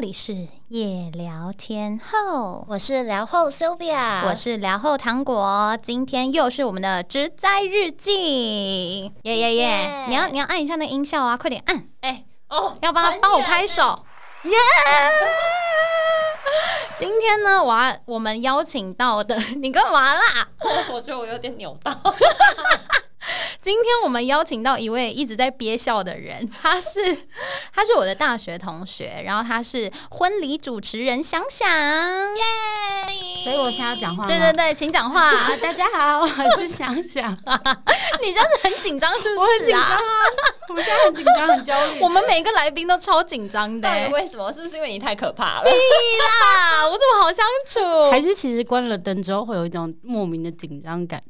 里是夜聊天后，我是聊后 Sylvia，我是聊后糖果。今天又是我们的植栽日记，耶耶耶！耶你要你要按一下那个音效啊，快点按，哎哦，要帮他很帮我远拍呢手，耶！今天呢，我要我们邀请到的，你干嘛啦？ 我觉得我有点扭 到。今天我们邀请到一位一直在憋笑的人，他是他是我的大学同学，然后他是婚礼主持人想想，所以我现在要讲话吗？对对对，请讲话。 啊！大家好，我是想想， 我你这样子很紧张是不很是紧张啊？啊，我现在很紧张，啊很焦虑。我们每个来宾都超紧张的、到底欸。为什么？是不是因为你太可怕了？啊，我怎么好相处？还是其实关了灯之后会有一种莫名的紧张感，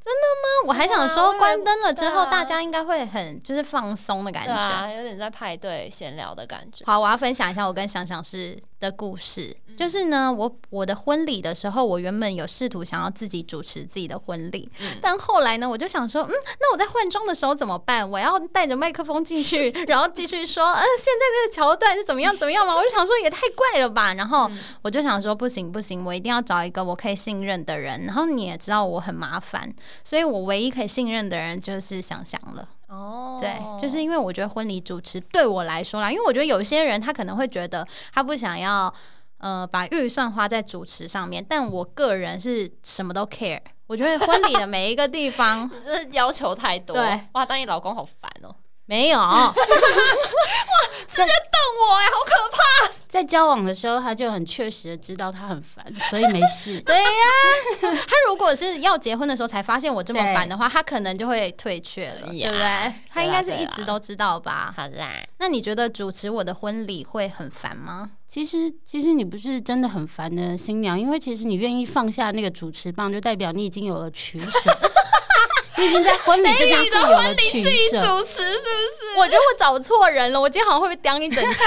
我还想对啊我说，也关灯了之后，对啊大家应该会很就是放松的感对觉。啊，有点在派对闲聊的感觉。好，我要分享一下我跟想想是的故事。就是呢，我我的婚礼的时候，我原本有试图想要自己主持自己的婚礼，嗯但后来呢，我就想说，嗯，那我在换装的时候怎么办？我要带着麦克风进去，然后继续说，嗯、现在这个桥段是怎么样怎么样吗？我就想说也太怪了吧。然后我就想说，不行不行，我一定要找一个我可以信任的人。然后你也知道我很麻烦，所以我唯一可以信任的人就是想想了。哦对，就是因为我觉得婚礼主持对我来说啦，因为我觉得有些人他可能会觉得他不想要呃把预算花在主持上面，但我个人是什么都 care。我觉得婚礼的每一个地方你这呃要求太多。对，哇，当你老公好烦哦。没有，对瞪我哎，好可怕！在交往的时候他就很确实的知道他很 烦，所以没事。呀、他如果是要结婚的时候才发现我这么对烦的话，他可能就会退却了，呀对不对？他应该是对啦一直都知道吧？好啦，那你觉得主持我的婚礼会很烦嗯吗？其实其实你不是真的很烦的新娘，因为其实你愿意放下那个主持棒，就代表你已经有了取舍。 你已经在婚礼这件你事的有婚了礼取自己舍，主持是不是？我觉得我找错人了，我今天好像会被刁一整集。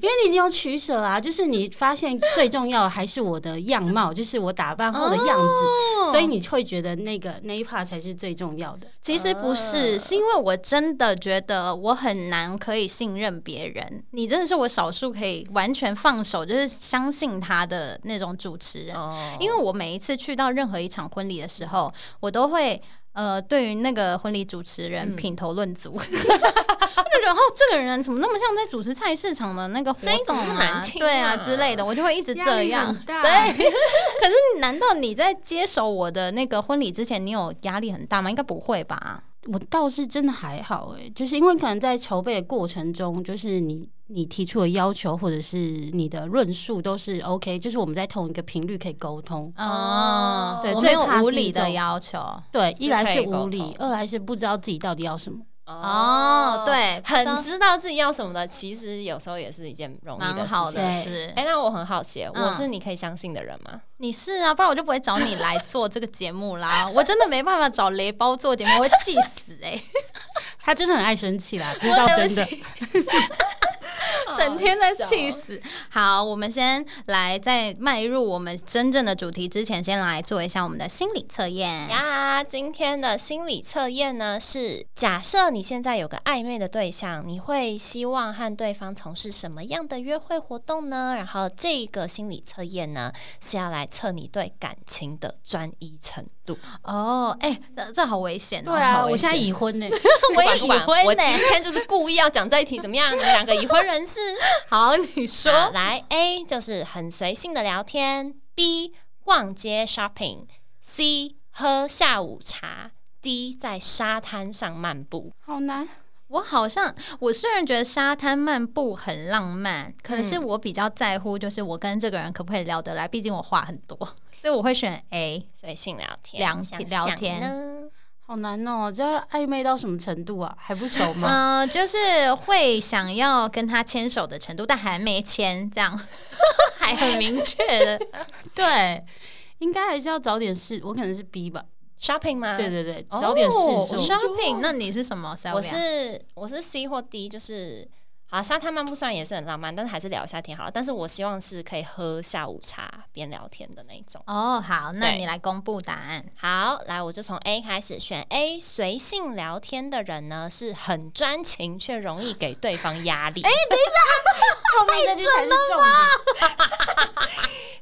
因为你已经有取舍啊，就是你发现最重要的还是我的样貌，就是我打扮后的样子，哦所以你会觉得那个那一 part 才是最重要的。其实不是，是因为我真的觉得我很难可以信任别人。你真的是我少数可以完全放手，就是相信他的那种主持人。哦因为我每一次去到任何一场婚礼的时候，我都会呃，对于那个婚礼主持人品头论足， 我就觉得哦，这个人怎么那么像在主持菜市场的那个活声音怎动么那么啊，难听啊对啊之类的，我就会一直压这力样很。大对，可是难道你在接手我的那个婚礼之前，你有压力很大吗？应该不会吧？我倒是真的还好诶、就是因为可能在筹备的过程中，就是你你提出的要求或者是你的论述都是 OK，就是我们在同一个频率可以沟通。哦，对我最没有怕是无一理的种要求。对，是一来可是以沟无理通，二来是不知道自己到底要什么。哦，，对，不知道很知道自己要什么的，其实有时候也是一件容易蛮的事好情。的对是。哎，那我很好奇，嗯我是你可以相信的人吗？你是啊，不然我就不会找你来做这个节目啦。我真的没办法找雷包做节目，我会气死哎、他真的很爱生气啦，知我道对不真的。整天在气死。死。好，我们先来在迈入我们真正的主题之前，先来做一下我们的心理测验。呀，今天的心理测验呢是：假设你现在有个暧昧的对象，你会希望和对方从事什么样的约会活动呢？然后这个心理测验呢是要来测你对感情的专一程度。哦，哎、这这好危险、哦。对啊，好危我现在险已 婚呢、我也不已管不管我婚呢、今天就是故意要讲这一题，怎么样？你们两个已婚人士， 好，你说。好来 A 就是很随性的聊天，B 逛街 shopping，C 喝下午茶，D 在沙滩上漫步。好难。我好像，我虽然觉得沙滩漫步很浪漫，可是我比较在乎就是我跟这个人可不可以聊得来，毕竟我话很多， 所以我会选 A。随性聊天，聊想聊想天呢。好难哦、这要暧昧到什么程度啊？还不熟吗？嗯、就是会想要跟他牵手的程度，但还没牵，这样 还很明确的。对，应该还是要早点试。我可能是 B 吧。 shopping 吗？对对对，嗯哦早点试我试。 shopping，那你是什么？我 Sylvia？是我是 C 或 D，就是好沙滩漫步虽然也是很浪漫，但是还是聊一下天好了。但是我希望是可以喝下午茶边聊天的那一种。哦，好，那对你来公布答案。好，来我就从 A 开始选 A，随性聊天的人呢是很专情却容易给对方压力。哎、后面这句才是重点。啊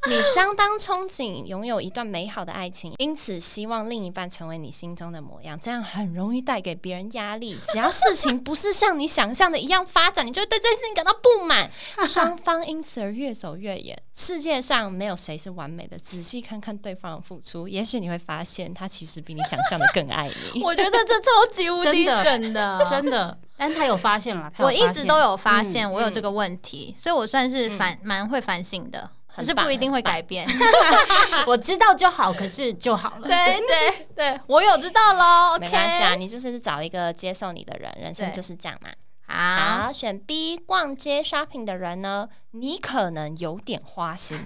你相当憧憬拥有一段美好的爱情，因此希望另一半成为你心中的模样，这样很容易带给别人压力。只要事情不是像你想象的一样发展，你就会对这件事情感到 不满，双方因此而越走越远。世界上没有谁是完美的，仔细看看对方的付出，也许你会发现他其实比你想象的更爱你。 我觉得这超级无敌真的准的，真的，但他有发现了，他有我一发直现都有发现嗯我有这个问题，所以我算是反蛮会反省的，只很是棒不一定会改变。我知道就好，可是就好 了。对对对，我有知道喽。没关系啊， OK，你就是找一个接受你的人，人生对就是这样嘛。好，好，啊选 B 逛街 shopping 的人呢，你可能有点花心，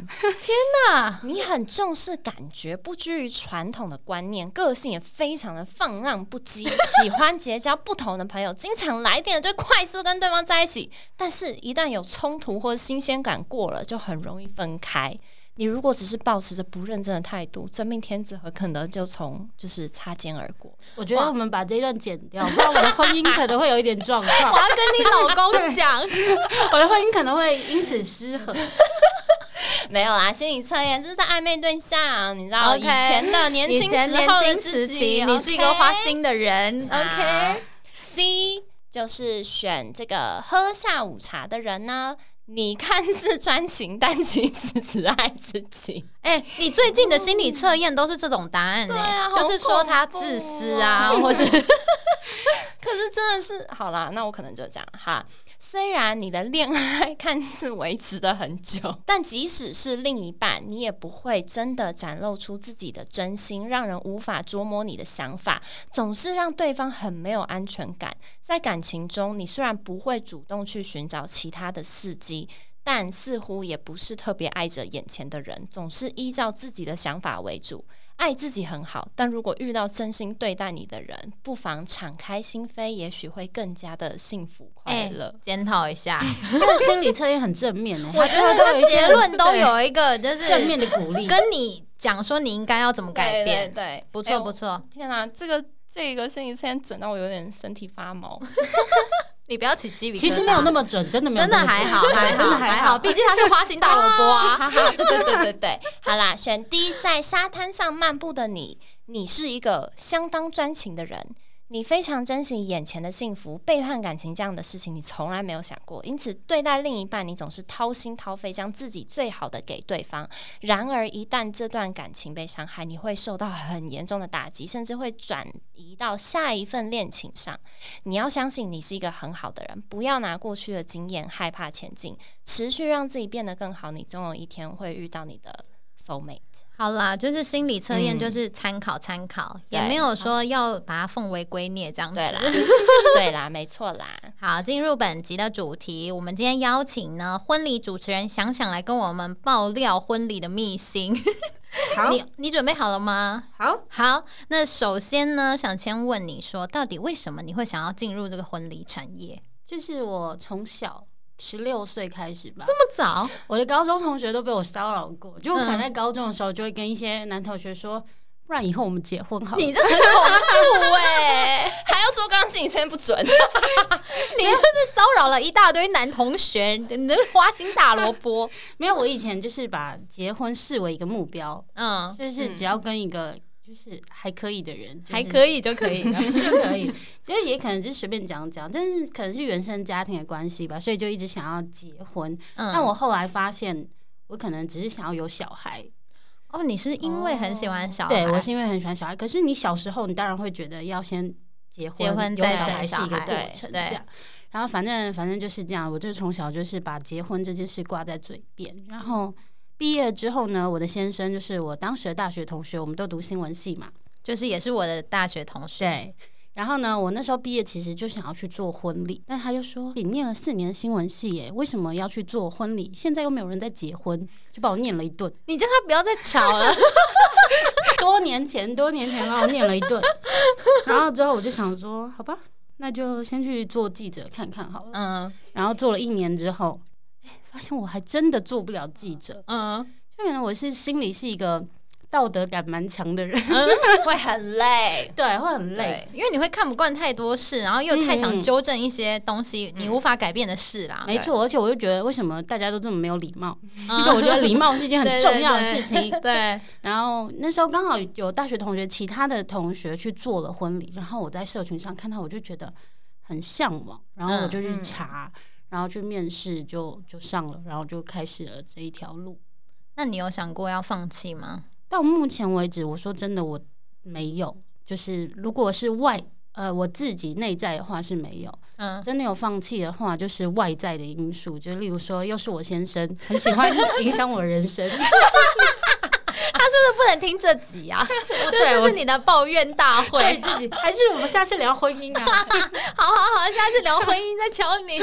那你很重视感觉，不拘于传统的观念，个性也非常的放浪不羁，喜欢结交不同的朋友，经常来电就快速跟对方在一起，但是一旦有冲突或新鲜感过了，就很容易分开。你如果只是保持着不认真的态度，真命天子和可能就从就是擦肩而过。我觉得我们把这一段剪掉，不然我的婚姻可能会有一点状我况，要跟你老公 讲，我的婚姻可能会因此失衡。没有啦，心理测验这是在暧昧对象，你知道 OK 以前的年以轻前时年候的轻自时己期你是一个花。心的人。啊 OK OK， C 就是选这个喝下午茶的人呢，你看似专情，但其实只爱自己。哎，你最近的心理测验都是这种答案对啊呢，好就是说他自私啊，或是可是真的是好啦，那我可能就这样哈。虽然你的恋爱 看似维持的很久，但即使是另一半，你也不会真的展露出自己的真心，让人无法捉摸你的想法，总是让对方很没有安全感。在感情中，你虽然不会主动去寻找其他的刺激，但似乎也不是特别爱着眼前的人，总是依照自己的想法为主。爱自己很好，但如果遇到真心对待你的人，不妨敞开心扉，也许会更加的幸福快哎乐。检讨一下。这个心理测验很正面欸呢，我觉得它都有一些结论都有一个，就是对正面的鼓励。跟你讲说你应该要怎么改对变，对，哎不错不错。天哪、这个这个心理测验准到我有点身体发毛。你不要起鸡皮疙瘩，其实没有那么准，真的没有真那的么准，还好，还真好，的还还好，毕竟他是花心大萝卜啊。哈哈，对对对对对，好啦，选 D，在沙滩上漫步的你，你是一个相当专情的人。你非常珍惜眼前的幸福，背叛感情这样的事情你从来没有想过，因此对待另一半你总是掏心掏肺，将自己最好的给对方。然而，一旦这段感情被伤害，你会受到很严重的打击，甚至会转移到下一份恋情上。你要相信你是一个很好的人，不要拿过去的经验害怕前进，持续让自己变得更好，你总有一天会遇到你的 soul mate。好啦，就是心理测验，嗯就是参考参考，对也没有说要把它奉为圭臬这样子对。啦，对啦，没错啦。 好，进入本集的主题，我们今天邀请呢婚礼主持人想想来跟我们爆料婚礼的秘辛。 好你你准备好了吗？好。好，那首先呢，想先问你说，到底为什么你会想要进入这个婚礼产业？就是我从小十六岁开始吧，这么早？我的高中同学都被我骚扰过，就我可能嗯在高中的时候就会跟一些男同学说，不然以后我们结婚好 了。你这很恐怖哎、还要说刚刚心理测验不准， 你就是骚扰了一大堆男同学，你的花心大萝卜。没有，我以前就是把结婚视为一个目标， 嗯，就是只要跟一个就是还可以的人，还可以以就可以 了。就可以，就是也可能就是随便讲讲，但是可能是原生家庭的关系吧，所以就一直想要结婚。嗯，但我后来发现，我可能只是想要有小孩，哦，你是因为很喜欢小孩，哦对我是因为很喜欢小孩，可是你小时候你当然会觉得要先结婚，结婚有再小生孩是小一个孩过对程这对样。然后反正反正就是这样，我就从小就是把结婚这件事挂在嘴边。然后毕业之后呢，我的先生就是我当时的大学同学，我们都读新闻系嘛，就是也是我的大学同学。对。然后呢，我那时候毕业其实就想要去做婚礼，但他就说你念了四年新闻系耶，为什么要去做婚礼？现在又没有人在结婚，就把我念了一顿。你叫他不要再吵 了。多年前，多年前把我念了一顿，然后之后我就想说，好吧，那就先去做记者看看好了。嗯然后做了一年之后，哎，发现我还真的做不了记者，嗯，就可能我是心里是一个。道德感蛮强的人， 会很累，对，会很累。对，因为你会看不惯太多事，然后又太想纠正一些东西，你无法改变的事啦。嗯没错，而且我就觉得为什么大家都这么没有礼 貌？嗯就我觉得礼貌是一件 很对对重要的事情。 对，然后那时候刚好有大学同学，其他的同学去做了婚礼，然后我在社群上看到，我就觉得很向往，然后我就去查，然后去面试就就上了，然后就开始了这一条路。那你有想过要放弃吗？到目前为止，我说真的，我没有，就是如果是外呃我自己内在的话是没有，嗯， 真的有放弃的话，就是外在的因素，就例如说，又是我先生很喜欢影响我人生，他是不是不能听这集 啊？对这就我是你的抱怨大对会。自己还是我们下次聊婚姻啊。好好好，下次聊婚姻再瞧 你，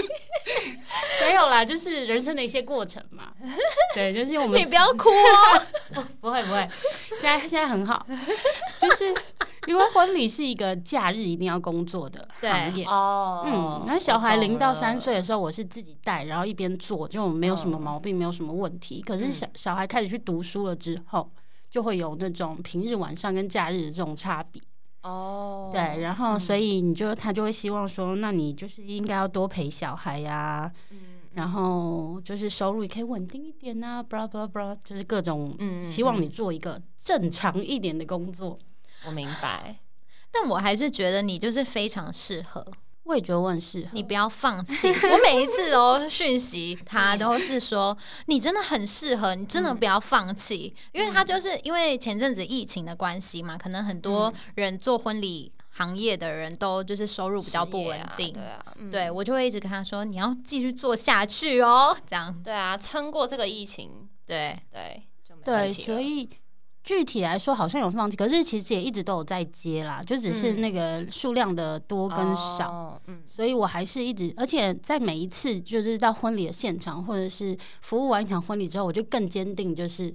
没有啦，就是人生的一些过程 嘛。对，就是我们你不要哭 哦。不会不会，现在现在很好，就是因为婚礼是一个假日一定要工作的对行业。哦嗯，那小孩我懂零到了三岁的时候，我是自己带，然后一边做，就没有什嗯么毛病，没有什么问题。可是小小孩开始去读书了之后，就会有那种平日晚上跟假日的这种差别。哦，对，然嗯后所以你就他就会希望说，那你就是应该要多陪小孩呀、嗯然后就是收入也可以稳定一点呐、啊、，blah blah blah，就是各种嗯嗯希望你做一个正常一点的工作。我明白。但我还是觉得你就是非常适合，我也觉得我很适合，你不要放弃。我每一次哦讯息嗯他都是说你真的很适合，你真的不要放弃，因嗯为他就是因为前阵子疫情的关系嘛，可能很嗯多人做婚礼行业的人都就是收入比较不稳定事。业啊对啊，嗯对，我就会一直跟他说，你要继续做下去哦，这样对啊，撑过这个疫情，对，对，就没问对，题了所以具体来说好像有放弃，可是其实也一直都有在接啦，就只是嗯那个数量的多跟少。哦嗯，所以我还是一直，而且在每一次就是到婚礼的现场，或者是服务完一场婚礼之后，我就更坚定，就是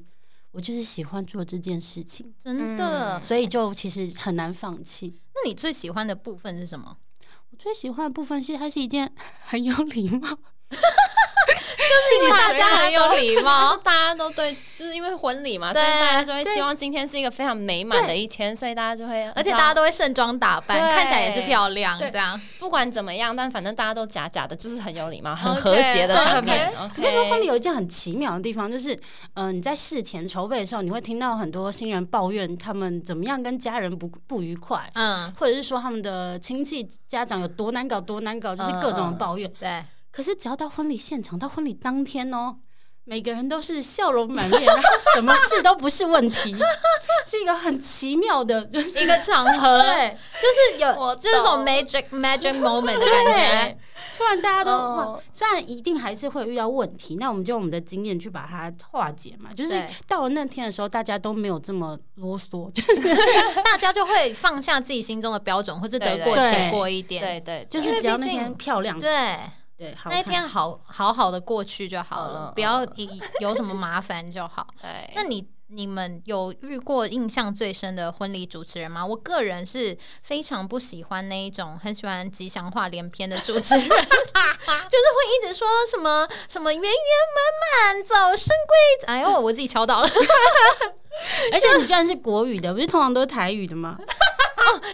我就是喜欢做这件事情，真嗯的。所以就其实很难放弃。那你最喜欢的部分是什么？我最喜欢的部分是它是一件 很有礼貌，就是因为大家很有礼貌 就，大家都对，就是因为婚礼嘛，所对以大家就会希望今天是一个非常美满的一天，所以大家就会，呃而且大家都都会盛装打扮，对看起来也是漂亮，对这样。不管怎么样，但反正大家都假假的，就是很有礼貌、很和谐的场面。应该说婚嗯 OK，礼有一件很奇妙的地方，就是嗯、呃你在事前筹备的时候，你会听到很多新人抱怨他们怎么样跟家人不不愉快。嗯，或者是说他们的亲戚家长有多难搞多难搞，就是各种嗯嗯的抱怨。对，可是只要到婚礼现场，到婚礼当天哦，每个人都是笑容满面，然后什么事都不是问题， 是一个很奇妙的， 就是一个场 合，对就是有我懂就是这种 magic magic moment 的感对，突然大家都、嗯哇，虽然一定还是会遇到问题，那我们就用我们的经验去把它化解嘛。就是对到了那天的时候，大家都没有这么啰嗦， 就是觉，大家就会放下自己心中的标准，或是得过对且过一点。对对，就因是为只要那毕竟天漂亮，对，对，好那一看天好好好的过去就好嗯嗯了嗯，不要以有什么麻烦就好。 对那你你们有遇过印象最深的婚礼主持人吗？我个人是非常不喜欢那一种很喜欢吉祥话连篇的主持人，就是 会一直说什么什么圆圆满满早生贵子，哎呦，我自己敲到了。而且你居然是国语的，不是通常都是台语的吗？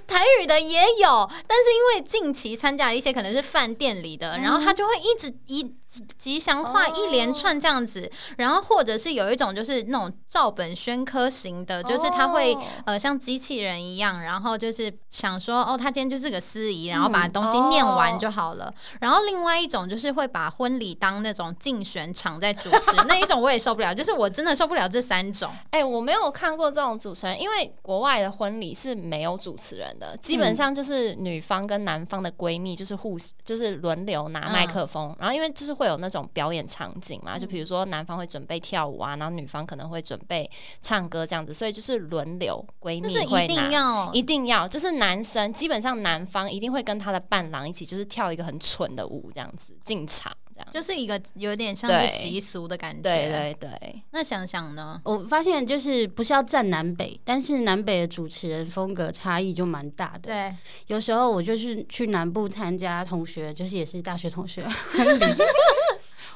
台语的也有，但是因为近期参加了一些可能是饭店里的，然后他就会一直一吉吉祥话哦一连串这样子，然后或者是有一种就是那种照本宣科型的，就是他会、哦呃像机器人一样，然后就是想说哦，他今天就是个司仪，然后把东西念完就好了。然后另外一种就是会把婚礼当那种竞选场在主持，那一种我也受不了，就是我真的受不了这三种。哎、我没有看过这种主持人，因为国外的婚礼是没有主持人的，基本上就是女方跟男方的闺蜜就是互就是轮流拿麦克风，然后因为就是会有那种表演场景嘛，就比如说男方会准备跳舞啊，然后女方可能会准备唱歌这样子，所以就是轮流闺就蜜是会一定拿。要一定要，就是男生基本上男方一定会跟他的伴郎一起，就是跳一个很蠢的舞，这样子进场，这样。就是一个有点像对是习俗的感觉。对对对，那想想呢？我发现就是不是要站南北，但是南北的主持人风格差异就蛮大的。对，有时 候我就是去南部参加同学，就是也是大学同学婚礼，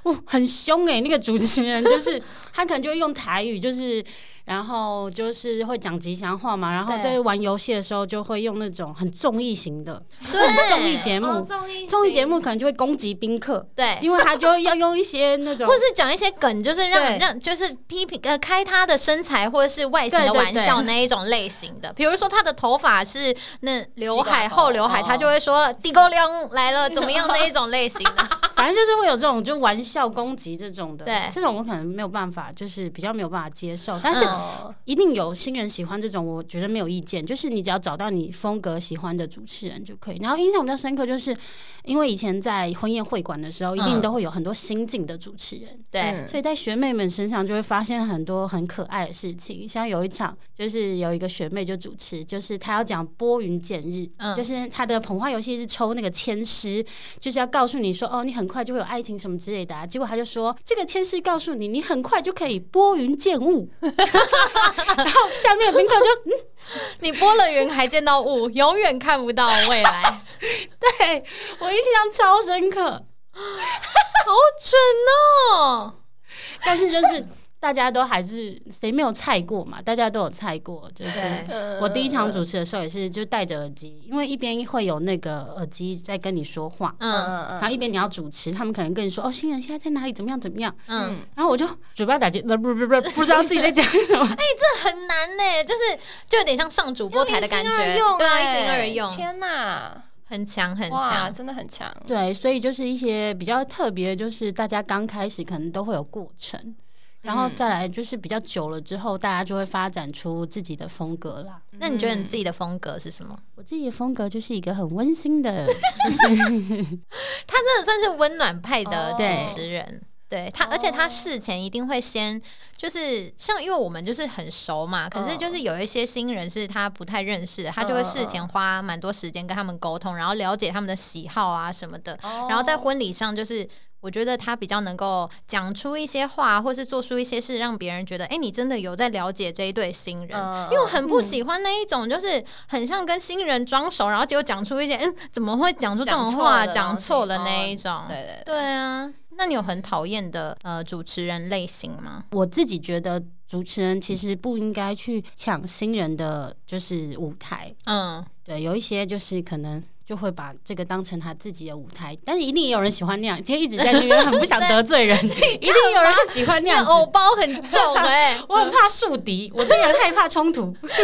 哦，很凶哎、那个主持人就是他可能就会用台语，就是然后就是会讲吉祥话嘛，然后对在玩游戏的时候就会用那种很综艺型的，对很综艺节目，哦综艺综艺节目可能就会攻击宾客，对，因为他就要用一些那 种或是讲一些梗，就是让对让就是批评呃开他的身材或者是外形的对对玩对笑那一种类型的，比如说他的头发是那刘海西瓜头后刘海，哦他就会说地沟梁来了怎么样那一种类型 的，反正就是会有这种就玩笑攻击这种的，对嗯这种我可能没有办法，就是比较没有办法接受，但是哦一定有新人喜欢这种，我觉得没有意见，就是你只要找到你风格喜欢的主持人就可以。然后印象比较深刻，就是因为以前在婚宴会馆的时候，一定嗯都会有很多新进的主持人，对，嗯所以在学妹们身上就会发现很多很可爱的事情。像有一场，就是有一个学妹就主持，就是她要讲拨云见日，嗯就是她的捧花游戏是抽那个签诗，就是要告诉你说，哦，你很快就会有爱情什么之类的、啊。结果她就说，这个签诗告诉你，你很快就可以拨云见雾。然后下面的宾客就你拨了云还见到雾，永远看不到未来， 好对我印象超深刻，准哦。但是就是大家都还是谁没有菜过嘛，大家都有菜过，就是对我第一场主持的时候也是，就戴着耳机，因为一边会有那个耳机在跟你说话，嗯然后一边你要主持，他们可能跟你说哦，新人现在在哪里，怎么样怎么样，嗯，然后我就嘴巴打结，不不不不，不知道自己在讲什么。这很难呢、就是就有点像上嗯主播台的感觉，对啊，一心二用，哎天哪，很强很哇，强，真的很强。对，所以就是一些比较特别，就是大家刚开始可能都会有过程，然后再来就是比较久了之后，大家就会发展出自己的风格啦。嗯那你觉得你自己的风格是什么？我自己的风格就是一个很温馨的，他真的算是温暖派的哦主持人。对他，哦而且他事前一定会先，就是像因为我们就是很熟嘛，可是就是有一些新人是他不太认识的，他就会事前花蛮多时间跟他们沟通，然后了解他们的喜好啊什么的，哦然后在婚礼上就是。我觉得他比较能够讲出一些话，或是做出一些事，让别人觉得，哎、你真的有在了解这一对新人。嗯因为我很不喜欢那一种，就是很像跟新人装熟，然后结果讲出一些，嗯，怎么会讲出这种话，讲讲错错了了那一种。对对对，对啊，那你有很讨厌的呃主持人类型吗？嗯我自己觉得主持人其实不应该去抢新人的，就是舞台。嗯，对，有一些就是可能就会把这个当成他自己的舞台，但是一定也有人喜欢那样。今天一直在那边很不想得罪 人，一定有人喜欢那那样偶子。包很 重哎、我很怕树敌，我这个人害怕冲突。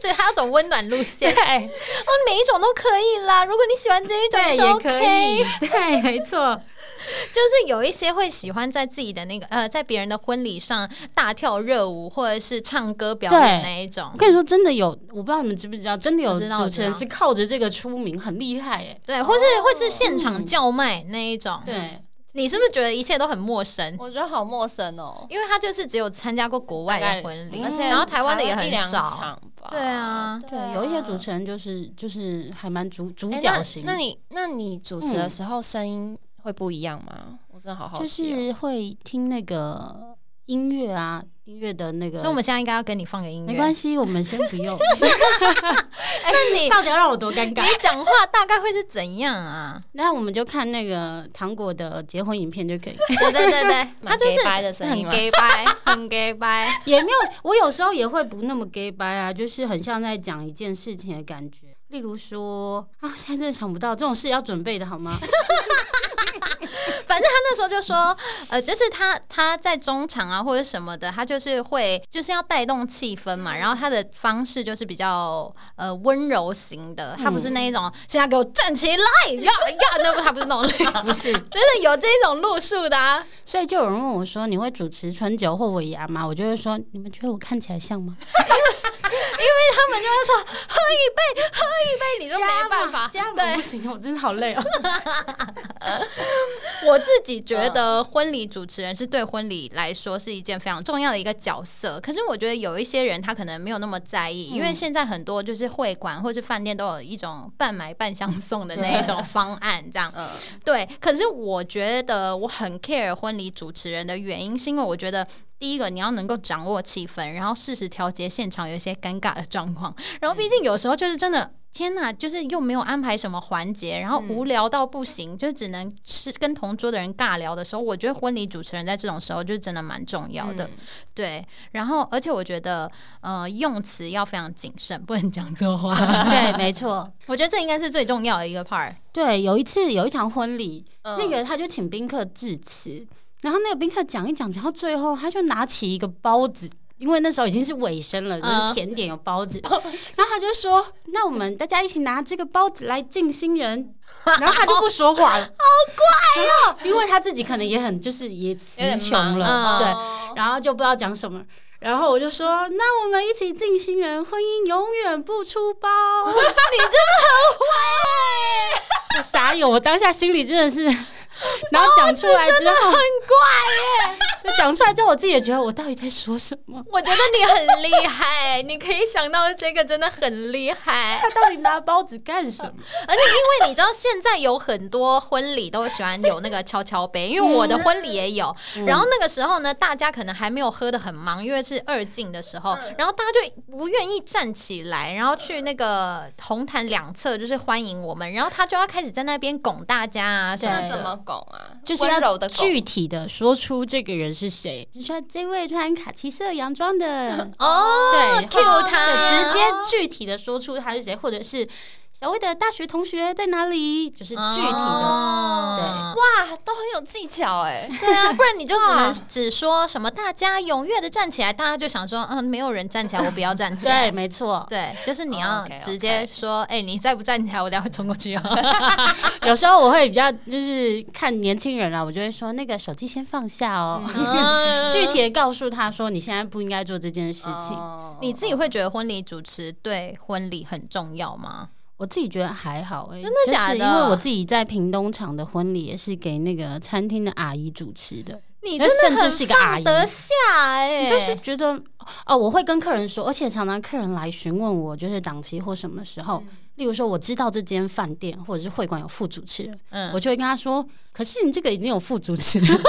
所以他要走温暖路对线。哦，每一种都可以啦。如果你喜欢这一种对，是也可 OK，以， 对，没错。就是有一些会喜欢在自己的那个呃，在别人的婚礼上大跳热舞或者是唱歌表演对那一种我。跟你说，真的有，我不知道你们知不知道，真的有我知道我主持人知道是靠着这个出名，很厉害 哎。对，或是哦或是现场叫卖那一种，对，你是不是觉得一切都很陌生？我觉得好陌生哦，因为他就是只有参加过国外的婚礼，嗯而且然后台湾的也一很两少。场吧。对啊对，有一些主持人就是就是还蛮主主哎角型，那那你嗯那你主持的时候声音会不一样吗？我真的好好就奇哦。是会听那个音乐啊，音乐的那个。所以我们现在应该要跟你放个音乐，没关系，我们先不 用。那你 到底要让我多尴尬？你讲话大概会是怎样 啊？那我们就看那个糖果的结婚影片就可以。 对对对对，他就是蛮 gay 掰的声很音吗 gay 掰，很 gay 掰。也没有，我有时候也会不那么 gay 掰啊，就是很像在讲一件事情的感觉。例如说啊，现在真的想不到这种事要准备的好吗？ 反正他那时候就说，呃，就是他他在中场啊或者什么的，他就是会就是要带动气氛嘛。然后他的方式就是比较呃温柔型的，他不是那一种、现在给我站起来呀呀，那不他不是那 种类型，不是，真的有这种路数的、啊。所以就有人问我说：“你会主持春酒或尾牙吗？”我就会说：“你们觉得我看起来像吗他们就会说喝一杯，喝一 杯，你？”就没办法。对不，行，我真的好累哦。 我自己觉得婚礼主持人是对婚礼来说是一件非常重要的一个角色。可是我觉得有一些人他可能没有那么在意，因为现在很多就是会馆或是饭店都有一种半买半相送的那一种方案，这样嗯，对。可是我觉得我很 care 婚礼主持人的原因，是因为我觉得。第一个，你要能够掌握气氛，然后适时调节现场有一些尴尬的状况。然后，毕竟有时候就是真的天哪，就是又没有安排什么环节，然后无聊到不行，就只能是跟同桌的人尬聊的时候，我觉得婚礼主持人在这种时候就真的蛮重要嗯的。对，然后而且我觉得，呃，用词要非常谨慎，不能讲错话。 对，没错，我觉得这应该是最重要的一个 part。 对。有一次有一场婚礼，嗯那个他就请宾客致辞，然后那个宾客讲一讲，讲到最后，他就拿起一个包子。因为那时候已经是尾声了，就嗯是甜点有 包子，然后他就说：“那我们大家一起拿这个包子来敬新 人。”然后他就不说话了，好怪哦！因为他自己可能也很就是也词穷了，对，对，然后就不知道讲什么。然后我就说，那我们一起进新人，婚姻永远不出包。你真的很欸坏、我 傻眼，我当下心里真的是， 然后讲出来 之后，怪耶！讲出来之后，我自己也觉得我到底在说什么？ 我觉得你很厉害，你可以想到这个真的很厉害。他到底拿包子干什 么？而且因为你知道，现在有很多婚礼都喜欢有那个敲敲杯，因为我的婚礼也有。然后那个时候呢，大家可能还没有喝的很忙，因为是二进的时候，然后大家就不愿意站起来，然后去那个红毯两侧就是欢迎我们，然后他就要开始在那边拱大家啊什那么对怎么的。拱啊？就是温柔要的拱具体的说出这个人是谁。你说这位穿卡其色洋装 的，哦对，Q 他对，直接具体的说出他是谁，或者是小薇的大学同学在哪里，就是具体的。哦哇，都很有技巧哎。对 啊，不然你就只能哇只说什么大家踊跃的站起来，大家就想说，嗯，没有人站起来，我不要站起来对，。没错。 对，就是你哦要，OK，OK 直接说，哎、你再不站起来，我等下会冲过去哦。 有时候我会比较就是看年轻人啊啦，我就会说那个手机先放下哦，嗯嗯具体的告诉他说你现在不应该做这件事情。哦你自己会觉得婚礼主持对婚礼很重要吗？我自己觉得还好哎、真的假的因为我自己在屏东场的婚礼也是给那个餐厅的阿姨主持的，你那真的甚至很是一个阿放姨得下哎、就是觉得哦，我会跟客人说，而且常常客人来询问我，就是档期或什么时候，嗯例如说我知道这间饭店或者是会馆有副主持人，嗯我，就会跟他说，可是你这个已经有副 主持人了，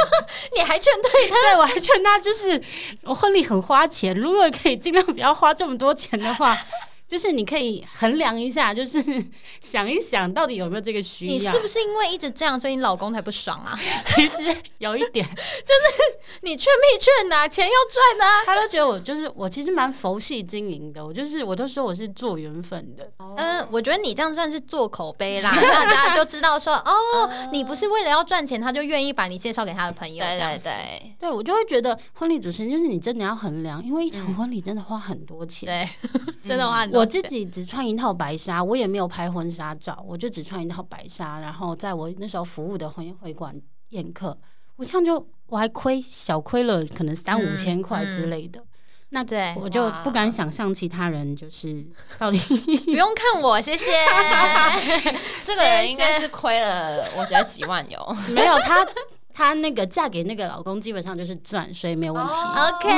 你还劝退他，对我还劝他，就是我婚礼很花钱，如果可以尽量不要花这么多钱的话。 就是你可以衡量一下，就是 想一想到底有没有这个需要。你是不是因为一直这样，所以你老公才不爽啊？其实有一点，你劝没劝呐、钱要赚啊呐、 他都觉得我就是我，其实蛮佛系经营的。我就是我都说我是做缘分的，嗯，我觉得你这样算是做口碑啦， 大家就知道说，哦，你不是为了要赚钱，他就愿意把你介绍给他的朋友，对这样对对，对我就会觉得婚礼主持人就是你真的要衡量，因为一场婚礼真的花很多钱。对， 真的话很多我自钱己只穿一套白纱，我也没有拍婚纱照，我就只穿一套白纱，然后在我那时候服务的婚宴会馆宴客，我这样就我还亏小亏了可能三嗯五千块之类的。那对我就哇不敢想象其他人就是到底不用看我，谢谢。 这个人应该是亏了，我觉得几万 有。没有 她，她那个嫁给那个老公基本上就是赚，所以没有问题。哦 OK，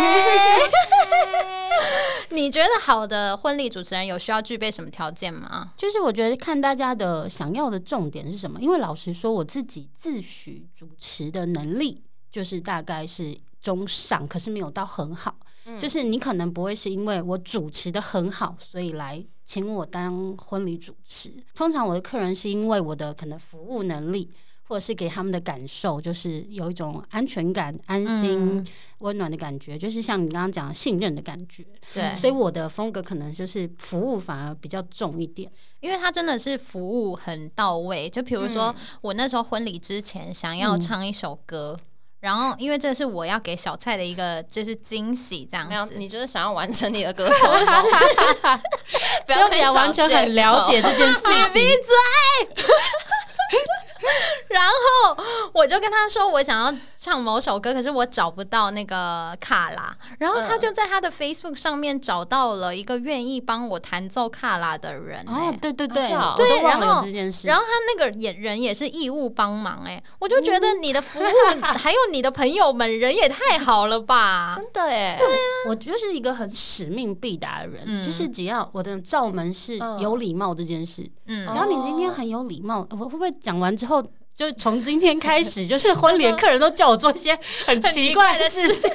你觉得好的婚礼主持人有需要具备什么条件吗？就是我觉得看大家的想要的重点是什么，因为老实说，我自己自诩主持的能力就是大概是中上，可是没有到很好。嗯就是你可能不会是因为我主持的很好，所以来请我当婚礼主持。通常我的客人是因为我的可能服务能力，或者是给他们的感受，就是有一种安全感、安心、嗯温暖的感觉，就是像你刚刚讲的信任的感觉。对，所以我的风格可能就是服务反而比较重一点。因为他真的是服务很到位。就比如说，我那时候婚礼之前想要唱一首歌，然后因为这是我要给小蔡的一个就是惊喜，这样没有，子。你就是想要完成你的歌手的事， 不所以要我比较完全很了 解这件事你闭情。嘴！ 然后我就跟他说，我想要唱某首歌，可是我找不到那个卡拉。然后他就在他的 Facebook 上面找到了一个愿意帮我弹奏卡拉的人、 哦哎，对对啊对，是哦我都对然忘后了有这件事。然后他那个也人也是义务帮忙哎、我就觉得你的服务还有你的朋友们人也太好了吧？真的耶，我就是一个很使命必达的人，嗯就是只要我的罩门是嗯有礼貌这件事，嗯只，要你今天很有礼貌，我会不会讲完之后？就从今天开始，就是婚礼的客人都叫我做一些很奇怪的事情。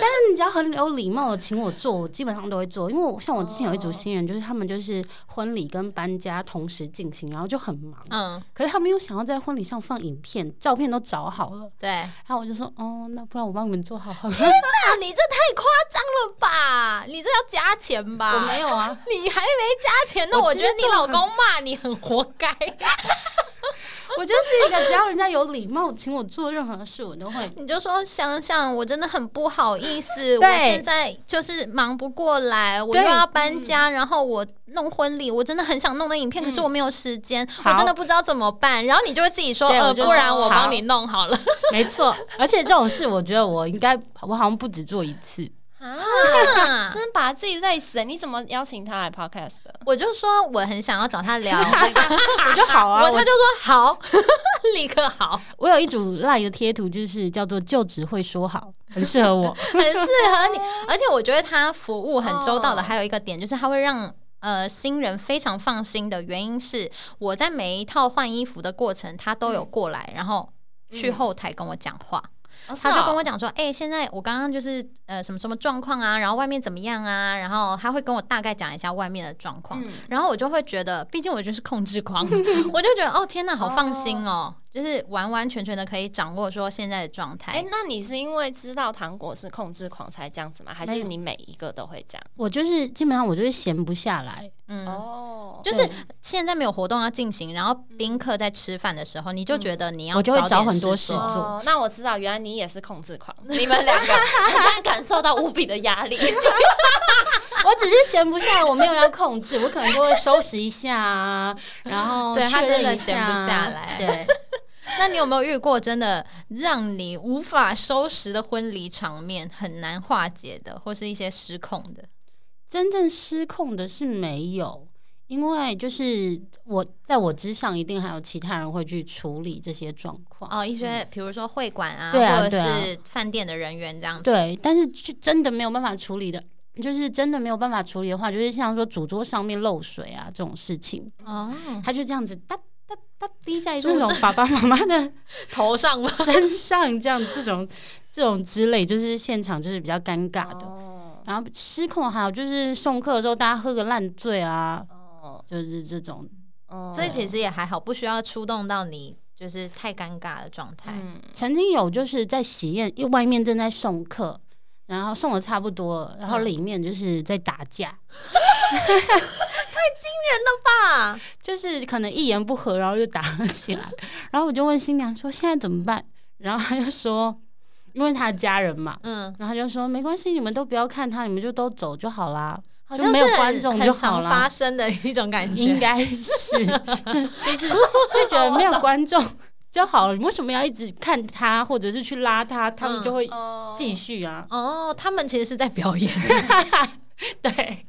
但是你只要很有礼貌的请我做，我基本上都会做。因为我像我之前有一组新人，就是他们就是婚礼跟搬家同时进行，然后就很忙，嗯，可是他们又想要在婚礼上放影片，照片都找好了，对。然后我就说，哦，那不然我帮你们做好好了。那啊你这太夸张了吧？你这要加钱吧？我没有啊，你还没加钱呢，我我其觉实得你做老很公骂你很活该。 我就是一个只要人家有礼貌，请我做任何事，我都会。 你就说想想，我真的很不好意 思，我对现在就是忙不过来，我又对要搬家，然后我弄婚礼，我真的很想弄那影片，可是我没有时间，我好真的不知道怎么办。然后你就会自己说，对呃，我就不然说我帮好你弄好了。 没错，而且这种事，我觉得我应该，我好像不止做一次。啊，啊真把自己累死了！你怎么邀请他来 podcast 的？ 我就说我很想要找他 聊那个， 我就好啊，我我他就说 好，立刻好，我有一组赖的贴图，就是叫做“就只会说 好”，很适合我。很适合你。而且我觉得他服务很周到的，哦还有一个点就是他会让。呃，新人非常放心的原因是，我在每一套换衣服的过程，他都有过来，然后去嗯后台跟我讲话。哦是他就哦跟我讲说，哎、现在我刚刚就是呃什么什么状况啊，然后外面怎么样啊，然后他会跟我大概讲一下外面的状况，嗯然后我就会觉得，毕竟我就是控制 狂，我就觉得哦天哪，好放心哦，就是完完全全的可以掌握说现在的状态。哎、那你是因为知道糖果是控制狂才这样子吗？还没是有你每一个都会这样？我就是基本上我就是闲不下来，嗯，哦就就是现在没有活动要进行，然后宾客在吃饭的时候，你就觉得你要我就会点找很多事事做 做哦，那我知道，原来你也是控制狂，你们两个我现在感受到无比的压力。 我只是闲不下来，我没有要控制，我可能就会收拾一下啊，然后对他确认真的一闲不啊下来 对，那你有没有遇过真的让你无法收拾的婚礼场面，很难化解的，或是一些失控的？真正失控的是没有，因为就是我在我之上，一定还有其他人会去处理这些状况。哦，一些比如说会馆啊，对啊或者对啊是饭店的人员这样子。对，但是就真的没有办法处理的，就是真的没有办法处理的话，就是像说主桌上面漏水啊这种事情，哦，他就这样子哒哒哒滴在嗯这种爸爸妈妈 的 头上吗？身上，这样这种这种之类，就是现场就是比较尴尬的。哦然后失控，还有就是送客的时候大家喝个烂醉啊，哦就是这种。哦所以其实也还好，不需要触动到你，就是太尴尬的状态。嗯，曾经有就是在喜宴，因为外面正在送客。然后送的差不多了，然后嗯里面就是在打架，爸， 就是可能一言不合，然后就打了起来。 然后我就问新娘说：“现在怎么办？”然后她就说：“因为她的家人嘛。嗯”，然后她就说：“没关系，你们都不要看他，你们就都走就好啦。好就像没有嗯是观众很就好常啦发生的一种感”觉。应该 是，就是就觉得没有观众就好了。你为什么要一直看他，或者是去拉他？他们就会哎哦继续啊。哦，他们其实是在表演。 对，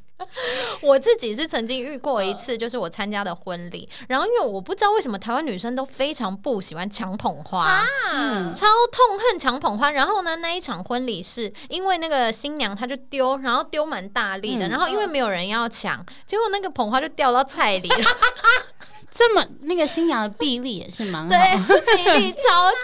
我自己是曾经遇过一次，就是我参加的婚礼，然后因为我不知道为什么台湾女生都非常不喜欢抢捧花。啊超痛恨抢捧花，然后呢，那一场婚礼是因为那个新娘她就丢，然后丢蛮大力的，嗯然后因为没有人要抢，结果那个捧花就掉到菜里了，这么那个新娘的臂力也是蛮好。对，比例超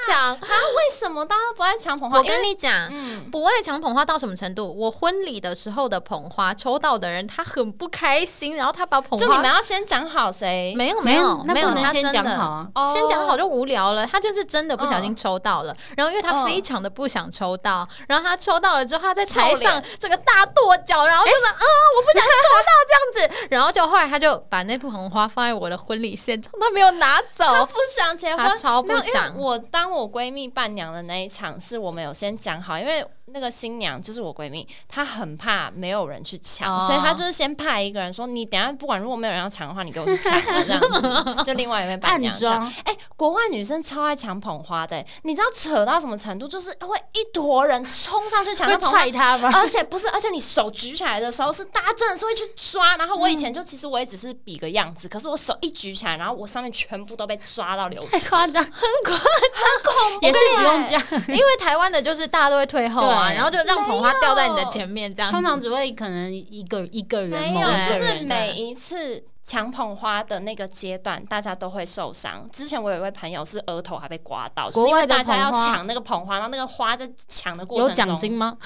强。为什么大家都不爱抢捧花？我跟因为你讲，嗯，不爱抢捧花到什么程度？我婚礼的时候的捧花抽到的人，他很不开心，然后他把捧花就你们要先讲好谁没有没有那没有，不能他先真的讲好啊。哦先讲好就无聊了，他就是真的不小心抽到了，然后因为他嗯非常的不想抽到，然后他抽到了之后，他在台臭上这个大跺脚，然后就说：“嗯，我不想抽到这样子。”然后就后来他就把那盆红花放在我的婚礼现场，他没有拿他 走，不想结他婚，超没不有，因为想。我当我闺蜜伴娘的那一场，是我们有先讲好，因为那个新娘就是我闺蜜，她很怕没有人去抢，哦所以她就是先派一个人说：“你等一下不管如果没有人要抢的话，你给我去抢。”这样 子，就另外一位伴暗娘这样。装，哎、国外女生超爱抢捧花的、你知道扯到什么程度？就是会一坨人冲上去抢那会捧花踹。他 吗？而且不是，而且你手举起来的时候是大家真的是会去抓。然后我以前就其实我也只是比个样子，可是我手一举起来，然后我上面全部都被抓到流太血。夸张，恐 也是不用这样。 因为台湾的就是大家都会退后啊，对然后就让捧花掉在你的前面这样子。通常只会可能一个一个人，没某有一，个就人是每一次强捧花的那个阶段，大家都会受伤。之前我有一位朋友是额头还被刮到，就是因为大家要国外的捧花抢那个捧花，然后那个花在抢的过有程中，奖金吗？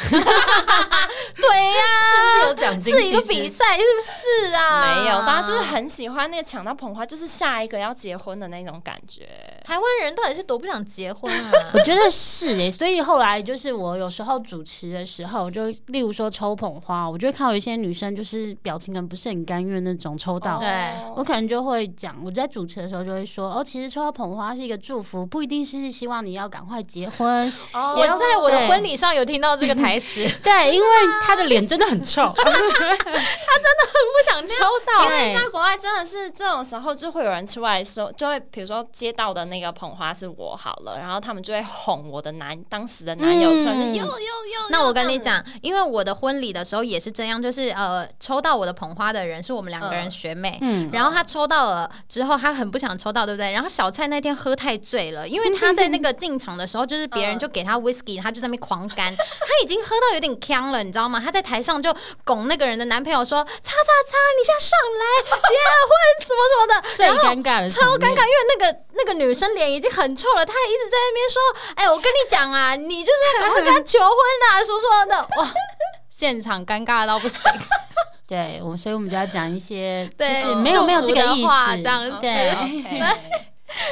对呀、是不是有奖金？是一个其实比赛，是不是啊？没有，大家就是很喜欢那个抢到捧花，就是下一个要结婚的那种感觉。台湾人到底是多不想结婚啊？我觉得是诶、 所以后来就是我有时候主持的时候，就例如说抽捧花，我就会看到有一些女生就是表情可能不是很甘愿那种抽到。对哦我可能就会讲，我在主持的时候就会说，哦，其实抽到捧花是一个祝福，不一定是希望你要赶快 结婚，哦我在我的对婚礼上有听到这个台 词，对，因为她的脸真的很 臭，不想抽到因。为在国外真的是这种时候，就会有人出来说，就会比如说接到的那个捧花是我好了，然后他们就会哄我的男当时的男友出来，嗯又又又。那我跟你，讲，因为我的婚礼的时候也是这样，就是呃，抽到我的捧花的人是我们两个人学妹，嗯，然后她抽到了之后，她很不想抽到，对不对？然后小蔡那天喝太醉了，因为她在那个进场的时候，就是别人就给她 whisky，她就在那边狂干，她已经喝到有点呛了，你知道吗？她在台上就拱那个人的男朋友说：“叉叉叉，你现在上来结婚什么什么的。”最尴尬的超尴场尬，因面为那个那个女生脸已经很臭了，她还一直在那边说：“哎、我跟你讲 啊，你就是要赶快跟他求婚啦、什么什么的。”哇，现场尴尬到不 行，对，我所以我们就要讲一些，就对是没有没有这个祝福意的话思，这样子对 OK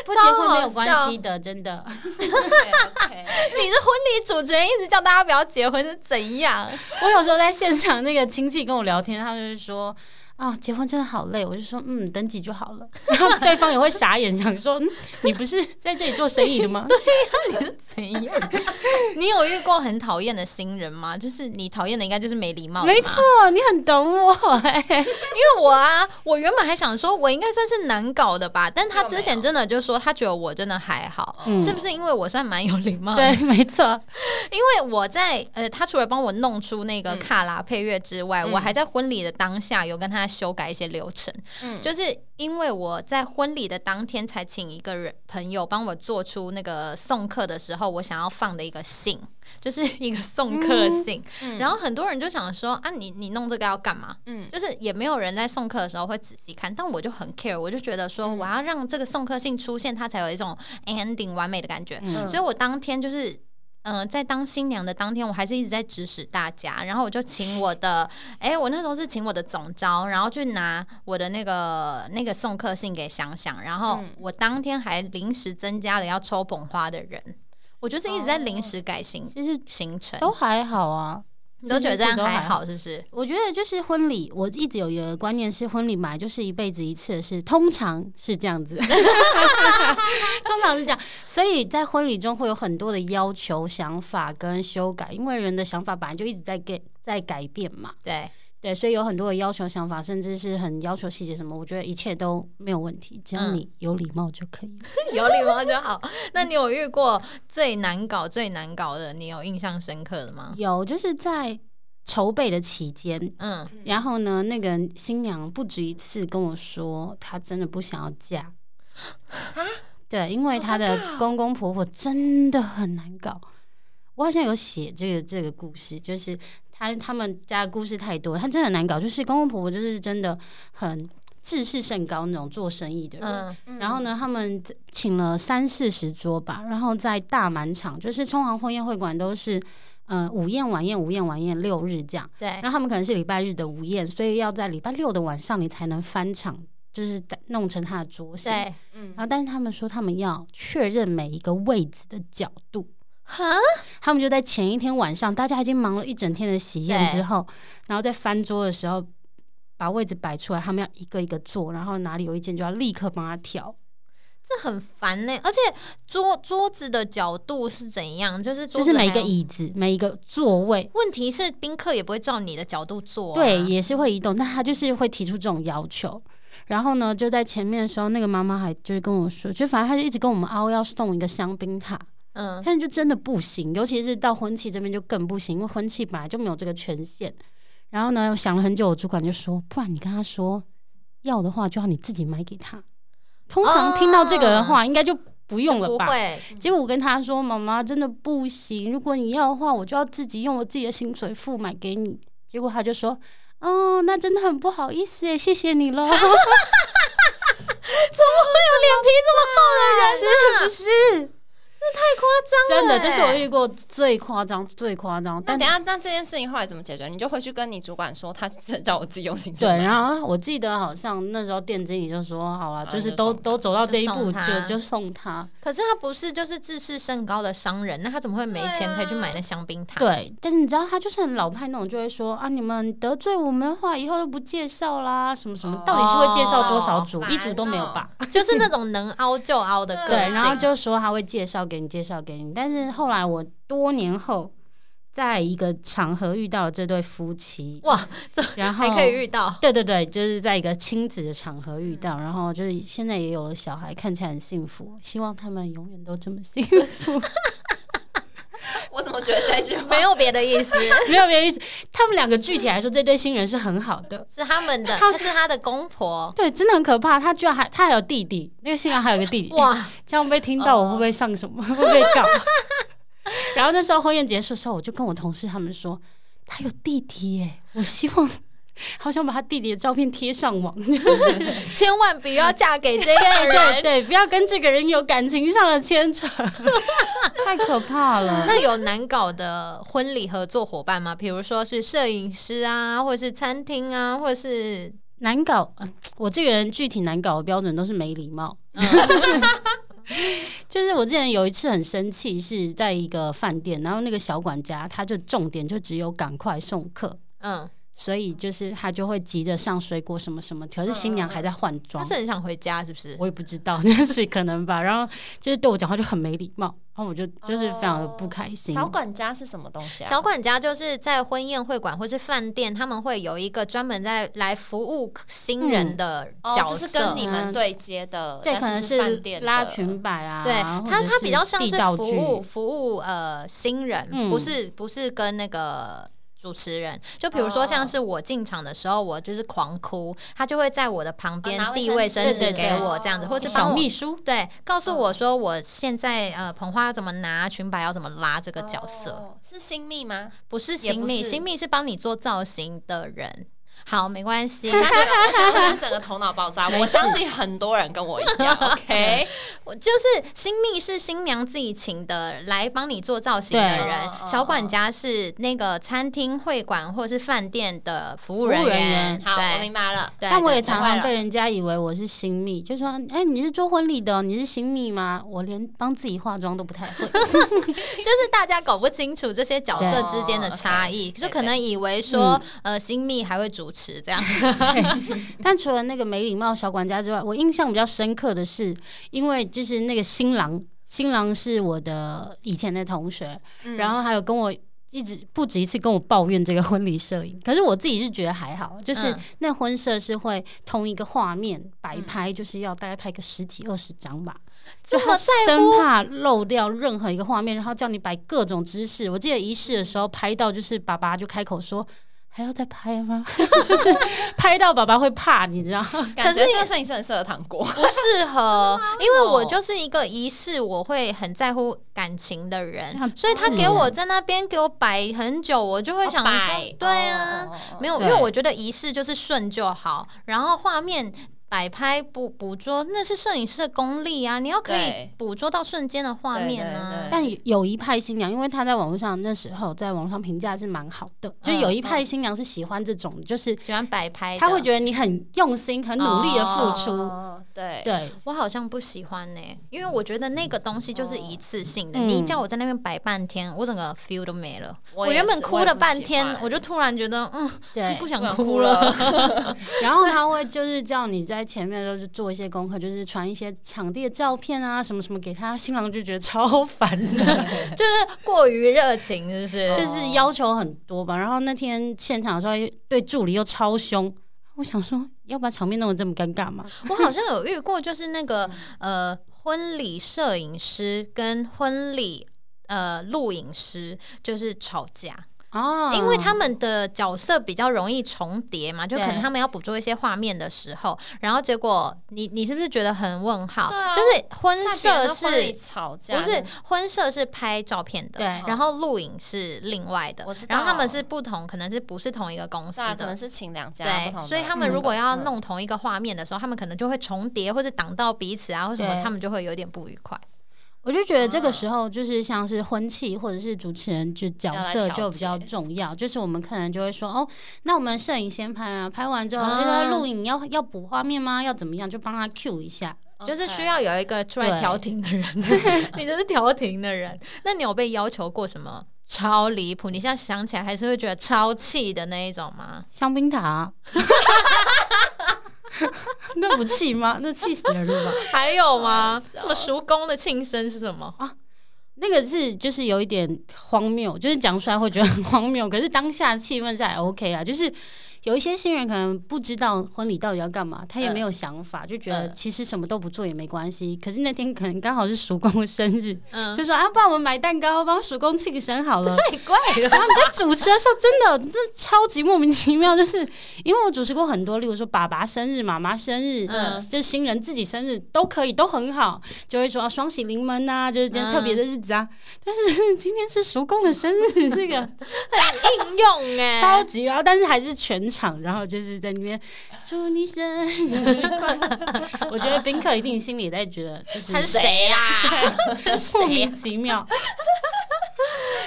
不结婚超没好有笑关系的，真的。 OK，OK 你是婚礼主持人，一直叫大家不要结婚是怎样？ 我有时候在现场，那个亲戚跟我聊天，他就是说。啊、结婚真的好累，我就说嗯，登记就好了。 然后对方也会傻眼，想说、嗯、你不是在这里做生意的吗？怎样？ 你有遇过很讨厌的新人吗？就是你讨厌的应该就是没礼貌， 没错。，你很懂我、哎因为我啊，我原本还想说我应该算是难搞的吧，但他之前真的就说他觉得我真的还好，嗯是不是因为我算蛮有礼貌的 对，没错，因为我在呃，他除了帮我弄出那个嗯卡拉配乐之外，嗯我还在婚礼的当下有跟他修改一些流程，嗯，就是因为我在婚礼的当天才请一个人朋友帮我做出那个送客的时候我想要放的一个信， 就是一个送客信，嗯然后很多人就想说啊，你你弄这个要干嘛？嗯就是也没有人在送客的时候会仔细看，但我就很 care，我就觉得嗯说我要让这个送客信出现，它才有一种 ending 完美的感觉。嗯所以我当天就是。嗯、在当新娘的当天，我还是一直在指使大家，然后我就请我的，哎、我那时候是请我的总招，然后去拿我的那个那个送客信给想想，然后嗯我当天还临时增加了要抽捧花的人，我就是一直在临时改行、其实行程，哦都还好啊。你都觉得这样都还还好好是不是？我觉得就是婚礼，我一直有一个观念是，婚礼买就是一辈子一次的事，通常是这样子， 通常是这样。所以在婚礼中会有很多的要求、想法跟修改，因为人的想法本来就一直在改在改变嘛。对，对，所以有很多的要求、想法，甚至是很要求细节什么，我觉得一切都没有问题，只要嗯你有礼貌就可以了。有礼貌就好。 那你有遇过最难搞、最难搞的，你有印象深刻的吗？有就是在筹备的期间，嗯，然后呢，那个新娘不止一次跟我说，她真的不想要嫁啊。 对，因为她哦的公公婆婆真的很难搞。我好像有写这个这个故事，就是她他们家的故事太多，她真的很难搞。就是公公婆婆就是真的很自视甚高那种做生意的人，嗯，然后呢，他们请了三四十桌吧，然后在大满场，就是冲航婚宴会馆都是，呃，午宴、晚宴、午宴、晚宴六日这样。对，然后他们可能是礼拜日的午宴，所以要在礼拜六的晚上你才能翻场，就是弄成他的桌型。对，嗯然后，但是他们说他们要确认每一个位置的角度，哈，他们就在前一天晚上，大家已经忙了一整天的喜宴对之后，然后在翻桌的时候把位置摆出来，他们要一个一个坐，然后哪里有意见就要立刻帮他调。这很烦呢、而且桌桌子的角度是怎样？就是桌就子是每一还个有。椅子、每一个座位，问题是宾客也不会照你的角度坐、啊，对，也是会移动。但他就是会提出这种要求。然后呢，就在前面的时候，那个妈妈还就是跟我说，就反正她就一直跟我们凹要送一个香槟塔，嗯，但是就真的不行，尤其是到婚期这边就更不行，因为婚期本来就没有这个权限。然后呢，我想了很久，我主管就说，不然你跟他说要的话，就要你自己买给他。通常听到这个的话，应该就不用了不吧？会，结果我跟他说：“妈妈，真的不行，如果你要的话，我就要自己用我自己的薪水付买给你。”结果他就说：“哦，那真的很不好意思耶，谢谢你喽。”皮这么厚的人啊，是太夸真张了的，欸，这是我遇过最夸张、最夸张。那但等一下，那这件事情后来怎么解决？你就回去跟你主管说，他只叫我自己用行对，政。然后我记得好像那时候店经理就说：“好了，就就是送都他都走到就这一送步，他就就送他。可是他不是就是自视甚高的商人，那他怎么会没对钱啊可以去买那香槟”塔？对，但是你知道他就是很老派那种，就会说：“啊，你们得罪我们的话，以后就不介绍啦，什么什么。哦到底是会介绍多少组？好一组都没有吧？就是那种能凹就凹 的个对，性。然后就说他会介绍给你，介绍给你。但是后来我多年后，在一个场合遇到了这对夫妻，哇，这然后还可以遇到，对对对，就是在一个亲子的场合遇嗯到，然后就是现在也有了小孩，看起来很幸福，希望他们永远都这么幸福， 我怎么觉得这句话没有别的意 思，没有别的意思。他们两个具体来说，这对新人是很好的。是他们的，他他是他的公婆。对，真的很可怕。他居然还他还有弟弟，那个新人还有个弟弟，哇，这样被听到，我会不会上什么？会 不会告？然后那时候婚宴结束的时候，我就跟我同事他们说，他有弟弟耶，我希望好想把他弟弟的照片贴上 网，就是千万不要嫁给这个 对人。对，不要跟这个人有感情上的牵扯， 太可怕了。那有难搞的婚礼合作伙伴吗？比如说是摄影师啊，或者是餐厅啊，或者是难搞，嗯我这个人具体难搞的标准都是没礼貌。 就是我之前有一次很生气，是在一个饭店，然后那个小管家他就重点就只有赶快送客，嗯，所以就是他就会急着上水果什么什么，可是新娘嗯还在换他装是，很想回家，是不是？我也不知道， 就是可能吧。然后就是对我讲话就很没礼貌，然后我就就是非常的不开哦心。小管家是什么东西啊？小管家就是在婚宴会馆或是饭店，他们会有一个专门在来服务新人的哦角色，就是跟你们嗯对接的，对，但可能是饭店的拉裙摆啊，对或他，者他比较像递是道服具务服务呃新人，嗯不是不是跟那个。主持人，就比如哦说像是我进场的时候，我就是狂哭，他就会在我的旁边哦拿卫递生卫纸生对纸对给对我这样子，或是帮小我秘书，对告嗯诉我说我现在呃捧花要怎么拿，裙摆要怎么拉这个角色。哦是新密吗？不是也新不密，是新密是帮你做造型的人。好，没关系。 下次我真的整个头脑爆炸，我相信很多人跟我一样。OK， 我就是新密是新娘自己请的来帮你做造型的对人哦哦，小管家是那个餐厅、会馆或是饭店的服务服务人人员。员好，我对明，白了。对但我对也对常坏常了被人家以为我是新密，就说：“哎、你是做婚礼的哦，你是新密吗？”我连帮自己化妆都不太会。就是大家搞不清楚这些角色之间的差异，哦对就可能以为说，嗯呃，新密还会主持这样。但除了那个没礼貌小管家之外，我印象比较深刻的是，因为就是那个新郎，新郎是我的以前的同学，嗯然后还有跟我。一直不止一次跟我抱怨这个婚礼摄影，可是我自己是觉得还好，就是嗯那婚摄是会同一个画面摆拍，就是要大概拍个十几二十张吧，就这么他在生乎怕漏掉任何一个画面，然后叫你摆各种姿势。我记得仪式的时候拍到，就是爸爸就开口说。还要再拍 吗？就是拍到爸爸会怕，你知道？感觉可是这个摄影师很适合糖果。不适合，因为我就是一个仪式，我会很在乎感情的人那，所以他给我在那边给我摆很久，我就会想哦说，对啊，没有，因为对我觉得仪式就是顺就好，然后画面。摆拍捕捕捉，那是摄影师的功力啊！你要可以对捕捉到瞬间的画面啊。对但有有一派新娘，因为她在网络上那时候在网上评价是蛮好的，就嗯有一派新娘是喜欢这种，就是喜欢摆拍的，她会觉得你很用心、很努力的付出。哦对，对，我好像不喜欢呢、欸因为我觉得那个东西就是一次性的。嗯你叫我在那边摆半天，我整个 feel 都没了。我我也是原本哭了半天，我也我不喜欢就突然觉得，嗯，对不不想哭哭了。。 然后他会就是叫你在前面就是做一些功课，就是传一些场地的照片啊，什么什么给他，新郎就觉得超烦 的，就是过于热情，是不是？就是要求很多吧。然后那天现场的时候又对助理又超凶，我想说要把场面弄得这么尴尬吗？我好像有遇过，就是那个呃，婚礼摄影师跟婚礼呃录影师就是吵架。哦，嗯因为他们的角色比较容易重叠嘛，就可对能他们要捕捉一些画面的时候，然后结果你你是不是觉得很问号？对啊就是婚在别人摄的婚礼是吵架，不是婚摄是拍照片的对，然后录影是另外的我知，道然后他们是不同，可能是不是同一个公司对啊，可的能。是请两家不同对，的所以他们嗯如果要嗯弄同一个画面的时候，他们可能就会重叠，或是挡到彼此啊，或什么，对他们就会有点不愉快。我就觉得这啊个时候就是像是婚庆或者是主持人就角要来色调就节比较重要，就是我们可能就会说哦，那我们摄影先拍啊，拍完之后啊哎他录影要要补画面吗？要怎么样就帮他 Q 一下。就是需嗯 OK 要有一个出来对调停的人， 你就是调停的人。那你有被要求过什么超离谱？你现在想起来还是会觉得超气的那一种吗？香槟塔， 那不气吗？那气死人了吧？ 还有吗？笑什么叔公的庆生是什么？那个是就是有一点荒谬，就是讲出来会觉得很荒谬，可是当下气氛是还 OK 啊，就是。有一些新人可能不知道婚礼到底要干嘛，他也嗯没有想法，就觉得嗯其实什么都不做也没关系。可是那天可能刚好是叔公生日， 嗯，就说啊，不然我们买蛋糕帮叔公庆生好了。太哎怪了。然后你在主持的时候，真的这超级莫名其妙，就是因为我主持过很多，例如说爸爸生日、妈妈生日，嗯就是新人自己生日都可以，都很好，就会说啊双喜临门呐、就是嗯今天特别的日子啊。但是 今天是叔公的生日，这个应用 哎、超级，然后但是还是全场，然后就是在那边祝你生日快乐。 我觉得宾客一定心里在觉得，就他是是谁啊呀、这是莫谁呀名、其妙。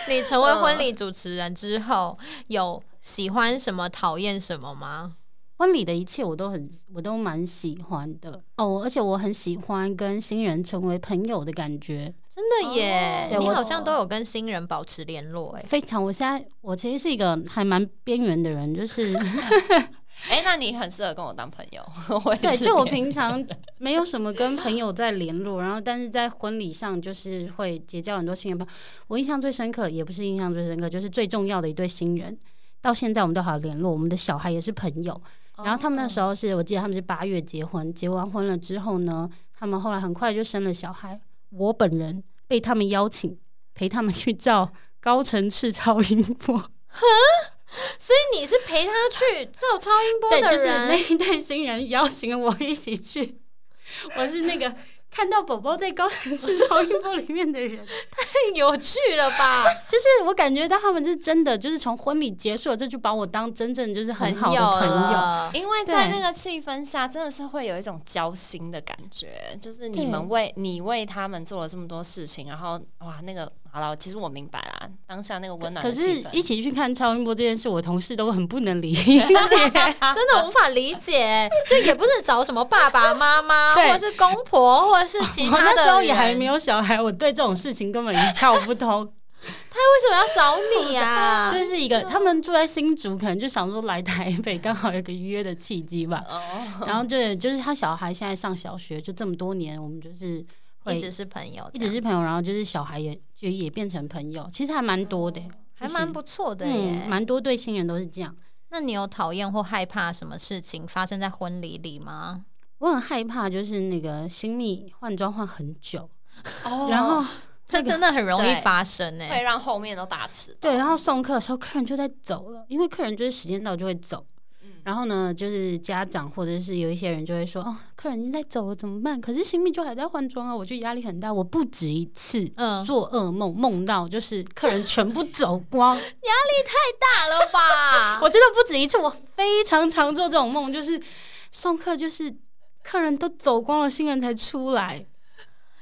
你成为婚礼主持人之后，有喜欢什么、讨厌什么吗？婚礼的一切我都很，我都蛮喜欢的哦，而且我很喜欢跟新人成为朋友的感觉，真的耶，哦你好像都有跟新人保持联络哎、非常。我现在我其实是一个还蛮边缘的人，就是 哎、那你很适合跟我当朋友。 我也对，是就我平常没有什么跟朋友在联络，然后但是在婚礼上就是会结交很多新人朋友。我印象最深刻，也不是印象最深刻，就是最重要的一对新人，到现在我们都还有联络，我们的小孩也是朋友。然后他们那时候是我记得他们是八月结婚，结完婚了之后呢，他们后来很快就生了小孩。我本人被他们邀请陪他们去照高层次 超音波，所以你是陪他去照超音波对，的就是人，那一对新人邀请我一起去，我是那个看到宝宝在高层 次超音波里面的人。太 有趣了吧？就是我感觉到他们是真的，就是从婚礼结束了，这就把我当真正就是很好的朋友。 了，因为在对那个气氛下，真的是会有一种交心的感觉，就是你对们为你为他们做了这么多事情，然后哇，那个好了，其实我明白啦，当下那个温暖可的是气，氛一起去看超音波这件事，我同事都很不能理解。真的无法理解，就也不是找什么爸爸妈妈， 对或是公婆，或者是其我他的那时候也人还没，有小孩，我对这种事情根本一窍不 通。他为什么要找你啊？ 就是一个他们住在新竹，可能就想说来台北刚好有个约的契机吧。哦，然后对，就是他小孩现在上小学，就这么多年，我们就是会一直是朋友，一直是朋友，然后就是小孩也就也变成朋友，其实还蛮多的、哦还就是蛮不错的嗯，耶。蛮多对新人都是这样。那你有讨厌或害怕什么事情发生在婚礼里吗？我很害怕，就是那个新密换装换很久，哦然后 这真的很容易对发生哎会。让后面都打齿。对，然后送客的时候，客人就在走了，因为客人就是时间到就会走。嗯然后呢，就是家长或者是有一些人就会说，哦，客人已经在走了，怎么办？可是新密就还在换装啊，我就压力很大。我不止一次嗯，做噩梦，梦到就是客人全部走光，大了 吧？我真的不止一次，我非常常做这种梦，就是送客就是客人都走光了，新人才出来，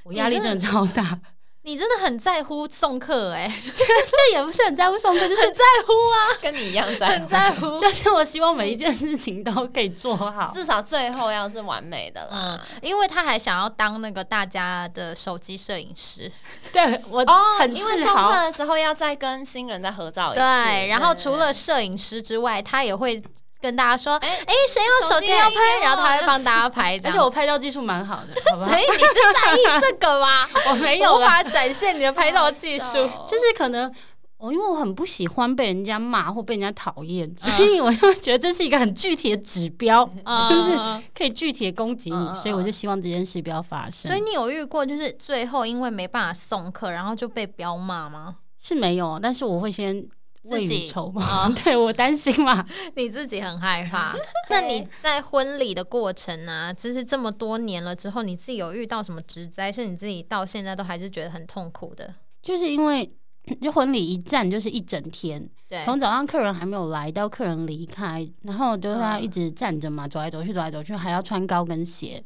我压力真的超大。你真的很在乎送客哎， 这也不是很在乎送客，就是很在乎啊，跟你一样很在，在乎。就是我希望每一件事情都可以做好。至少最后要是完美 的嗯啦。，因为他还想要当那个大家的手机摄影师，对我很哦因为自上课豪，的时候要再跟新人再合照一次，对。然后除了摄影师之外，他也会跟大家说：“哎、谁有手手机机要给拍？”我然后他会帮大家拍这而样。且我拍照技术蛮好的，好所吧？以你是在意这个吗？我没有无啦，法展现你的拍照技术。就就是是可能。我因为我很不喜欢被人家骂或被人家讨厌，所以我就会觉得这是一个很具体的指标，嗯就是可以具体的攻击嗯嗯你，嗯所以我就希望这件事不要发生。所以你有遇过就是最后因为没办法送客，然后就被彪骂吗？是没有，但是我会先，未自雨己绸缪啊。 对我担心嘛，你自己很害怕。那你在婚礼的过程啊，就是这么多年了之后，你自己有遇到什么职灾，是你自己到现在都还是觉得很痛苦的？就是因为 就婚礼一站就是一整天，对，从早上客人还没有来到客人离开，然后就要一直站着嘛，走来走去，走来走去，还要穿高跟鞋，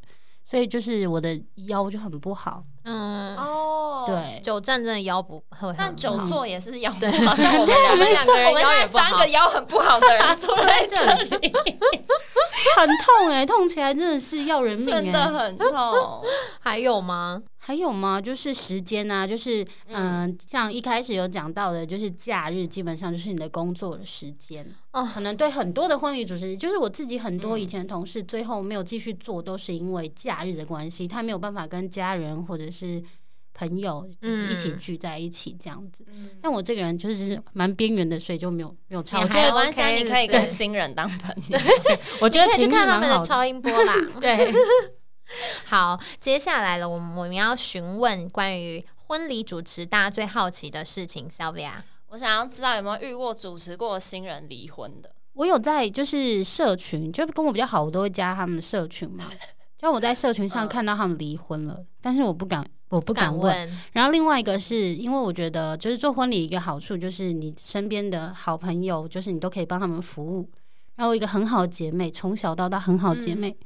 所以就是我的腰就很不好。嗯，哦，。 对，久站真的腰不会很好，但久好坐也是腰不对好，像 我们两我个们两个人我们腰也那不好三个腰很不好的人坐在这里，很痛哎、痛起来真的是要人命真哎、的 很痛。还有吗？还有吗？就是时间啊，就是嗯、像一开始有讲到的，就是假日基本上就是你的工作的时间。哦嗯可能对很多的婚礼主持，就是我自己很多以前同事最后没有继续做，都是因为假日的关系，他没有办法跟家人或者是朋友就是一起嗯聚在一起这样子。嗯但我这个人就是蛮边缘的，所以就没有没有超你我还觉过。得关系 OK，你可以是不是跟新人当朋友。我你觉得可以去频率看他蛮们好的。超音波啦。对， 好，接下来了，我们我们要询问关于婚礼主持大家最好奇的事情，Sylvia。 我想要知道有没有遇过主持过新人离婚 的？我有在就是社群，就跟我比较好，我都会加他们的社群嘛。 就我在社群上嗯看到他们离婚了，但是我不敢，我不不敢敢问。问，然后另外一个是因为我觉得，就是做婚礼一个好处就是你身边的好朋友，就是你都可以帮他们服务。然后我一个很好的姐妹，从小到大很好的姐妹、嗯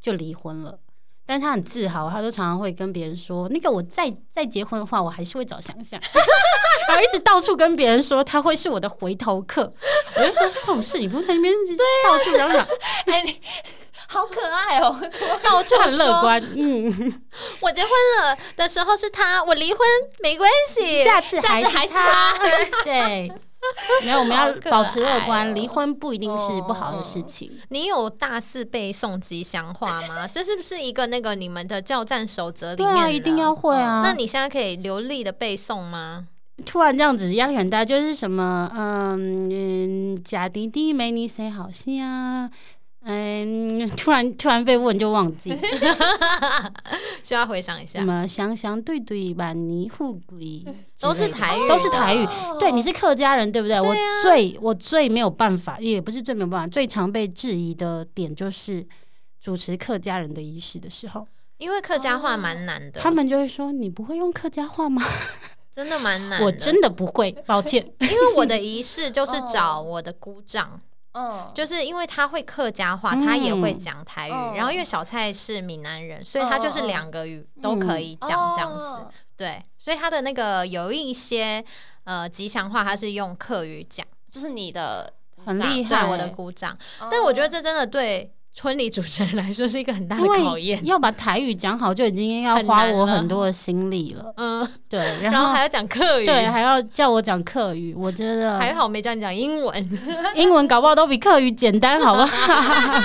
就离婚了，但她很自豪，她就常常会跟别人说，那个我再 再结婚的话，我还是会找想想。 然后一直到处跟别人说她会是我的回头客，我就说这种事你不用在那边到处嚷嚷，哎，你 好可爱哦！到处就很乐说观，嗯，我结婚了的时候是他，我离婚没关系。下次下还次是还是 他。对，没有，我们要好可保持乐爱哦观，离婚不一定是不好的事情。你有大四被送吉祥话吗？这是不是一个那个你们的教战守则里对面啊，的一定要。会啊。那你现在可以流利的背诵吗？突然这样子压力很大，就是什么，嗯嗯，假弟弟没你谁好心啊。嗯， 突然突然被问就忘 记需要回想一下什，么香香对对吧，你富贵之都是类的台语，都是台语。对，你是是客家人对不对？我对啊最我最没有办法，也不是最没有办法，最常被质疑的点就是主持客家人的仪式的时候，因为客家话蛮难的，他们就会说你不会用客家 话吗？真的蛮难的。我真哦的不会，抱歉。因为我的仪式 就是找我的姑丈，嗯，就是因为他会客家话，嗯哦他也会讲台语，嗯然后因为小蔡是闽南人，所以他就是两个语都可以讲这样子。哦对，所以他的那个有一些呃吉祥话，他是用客语讲，就是你哦的很厉害哦对我的鼓掌。但我觉得这真的对婚礼主持人来说是一个很大的因为考验。 要把台语讲好，就已经要很花难我了很多的心力 了。嗯，对，然后后还要讲客语，对还要叫我讲客语，我觉还得好没叫你讲英 文。英文搞不好都比客语简单，好不好？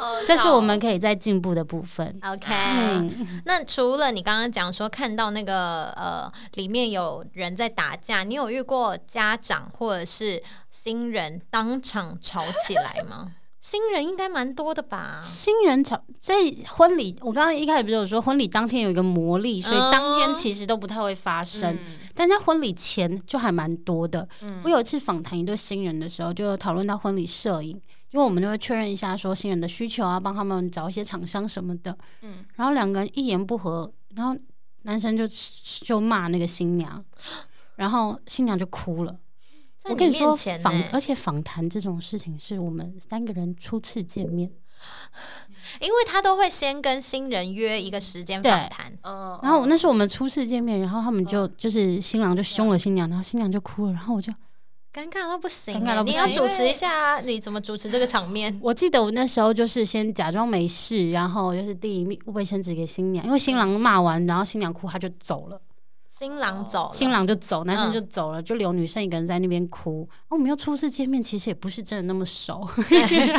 哦 这是我们可以再进步的部 分。 OK，、嗯，那除了你刚刚讲说看到那个呃里面有人在打架，你有遇过家长或者是新人当场吵起来吗？ 新人应该蛮多的吧？新人吵，所以婚礼，我刚刚一开始不是有说婚礼当天有一个魔力，所以当天嗯其实都不太会发生。嗯但在婚礼前就还蛮多的。嗯我有一次访谈一对新人的时候，就有讨论到婚礼摄影，因为我们就会确认一下说新人的需求啊，帮他们找一些厂商什么的。嗯然后两个人一言不合，然后男生就就骂那个新娘，然后新娘就哭了。在我跟你面说，前欸呢访而且访谈这种事情是我们三个人初次见面，因为他都会先跟新人约一个时间对访谈，嗯然后那是我们初次见面，然后他们就就是新郎就凶了新娘，然后新娘就哭了，然后我就尴尬到不行、欸尴尬到不你行要主持一下啊！你怎么主持这个场面？我记得我那时候就是先假装没事，然后就是递密卫生纸给新娘，因为新郎骂完，然后新娘哭，她就走了， 新郎走了，新郎就走，男嗯生就走了，就留女生一个人在那边哭。然后我们又初次见面，其实也不是真的那么熟， 而且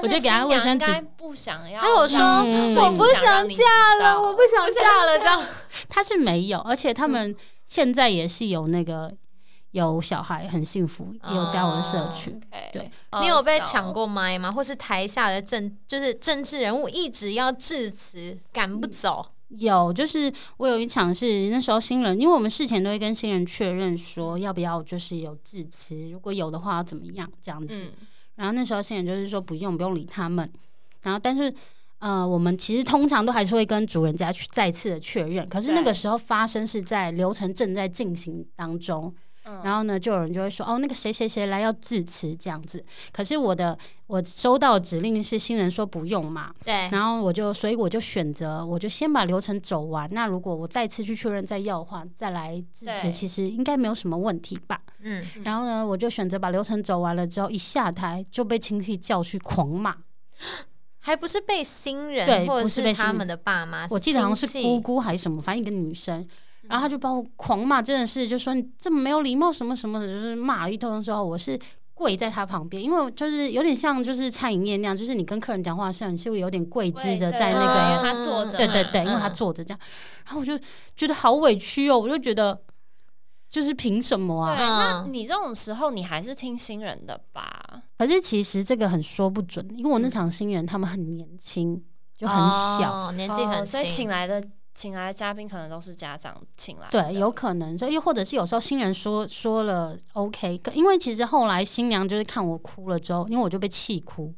我就给他卫生纸新娘应该不想要，他有说、嗯我不想嫁了，啊我不想想嫁了，这样他是没有，而且他们现在也是有那个有小孩，很幸福，也有加我的社群。对，哦你有被抢？过麦吗？或是台下的政就是政治人物一直要致辞，赶不走，有，就是我有一场是那时候新人，因为我们事前都会跟新人确认说要不要就是有致辞，如果有的话要怎么样这样子。嗯然后那时候新人就是说不用不用理他们，然后但是呃，我们其实通常都还是会跟主人家去再次的确认，可是那对个时候发生是在流程正在进行当中，嗯然后呢，就有人就会说哦，那个谁谁谁来要致辞这样子，可是我的我收到指令是新人说不用嘛，对，然后我就，所以我就选择，我就先把流程走完。那如果我再次去确认再要的话，再来支对持，其实应该没有什么问题吧。嗯，嗯然后呢，我就选择把流程走完了之后，一下台就被亲戚叫去狂骂。啊还不是被新人对或者不是被新他人们的爸妈，我记得好像亲是戚嗯姑姑还是什么，反正一个女生。然后她就把我狂骂，真的是就说你这么没有礼貌什么什么的，就是骂了一通之后，我是跪在她旁边，因为就是有点像就是餐饮业那样，就是你跟客人讲话的时候，你是会有点跪姿的在那对个嗯因为他坐着嘛，对对对，因为他嗯坐着这样，然后我就觉得好委屈哦，我就觉得就是凭什么对，啊？那嗯你这种时候你还是听新人的吧？可是其实这个很说不准，因为我那场新人他们很年轻，就很小，嗯哦年纪很哦所以请轻，来的请来的嘉宾可能都是家长请来的，对，有可能，所以又或者是有时候新人说说了 OK，可因为其实后来新娘就是看我哭了之后，因为我就被气哭。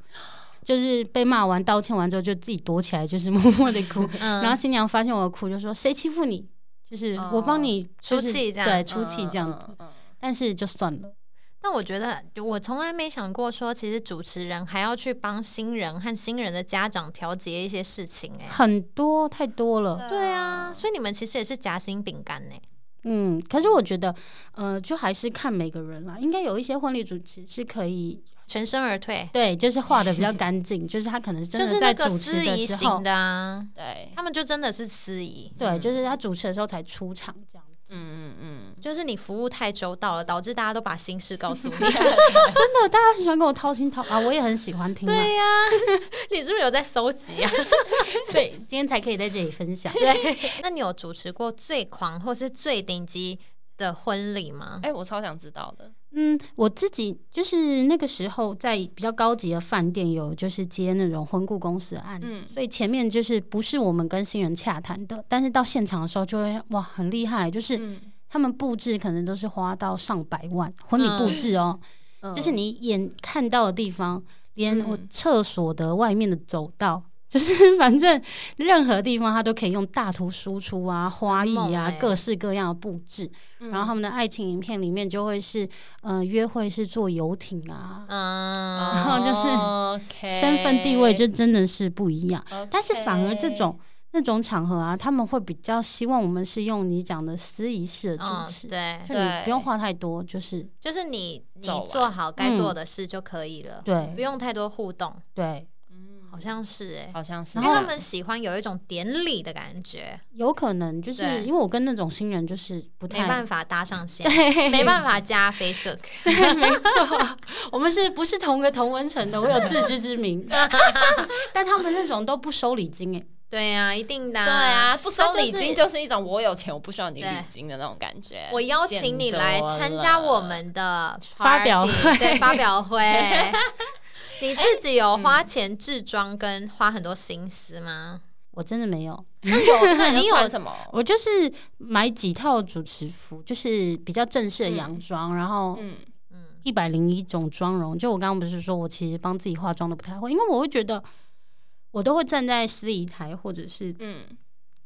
就是被骂完、道歉完之后，就自己躲起来，就是 默默的哭。嗯然后新娘发现我哭，就说：“谁欺负你？就是我帮你、就哦出是气这样对，出气这样子。嗯。嗯嗯但是就算了。但我觉得，我从来没想过说，其实主持人还要去帮新人和新人的家长调节一些事情、哎，很多太多了，嗯对啊，，所以你们其实也是夹心饼干呢。欸嗯，可是我觉得，呃，就还是看每个人啦。应该有一些婚礼主持是可以，全身而退，对，就是画的比较干 净，就是他可能真就的是在那个主持司仪时型候，的嗯啊，嗯对，他们就真的是司仪，对，就是他主持的时候才出场这样子。嗯嗯嗯，就是你服务太周到了，导致大家都把心事告诉你。 真的，大家很喜欢跟我掏心掏啊，我也很喜欢听啊，对呀、你是不是有在搜集啊？所以今天才可以在这里分享。 对，那你有主持过最狂或是最顶级的婚礼吗？哎，我超想知道的，嗯，我自己就是那个时候在比较高级的饭店有就是接那种婚顾公司的案子，嗯所以前面就是不是我们跟新人洽谈的，但是到现场的时候就会哇很厉害，就是嗯，他们布置可能都是花到上百万婚礼布置哦，就是你眼看到的地方，连嗯我厕所的外面的走道。就是 反正任何地方它都可以用大图输出啊、花很艺猛啊、欸各式各样的布置，嗯，然后他们的爱情影片里面就会是，呃，约会是坐游艇啊，嗯然哦后就是是身份地位就真的是不一样。但是反而这 OK 种那种场合啊，他们会比较希望我们是用你讲的司仪式的嗯主，持，对，就你不用对话太多，就是就是你你走完做好该做的事就可以了，不对用太多互动，对，嗯好像是哎、好像是因这为样，他们喜欢有一种典礼的感觉，有可能就是对因为我跟那种新人就是不没太，办法搭上 线，没办法加 Facebook，没错， 我们是不是同个同文层的？我有自知之 明， 但他们那种都不收礼金哎，对呀、一定的、对啊，不收他就是礼金就是一种我有钱我不需要你礼对金的那种感觉。我邀请你来参加我们的 party, 发表会 对发表会。你自己有花钱置装跟花很多心思吗？我真的没有。那有那你你有穿什么？我就是买几套主持服，就是比较正式的洋装，然后嗯，嗯，一百零一种妆容。就我刚刚不是说我其实帮自己化妆都不太会，因为我会觉得我都会站在司仪台或者是嗯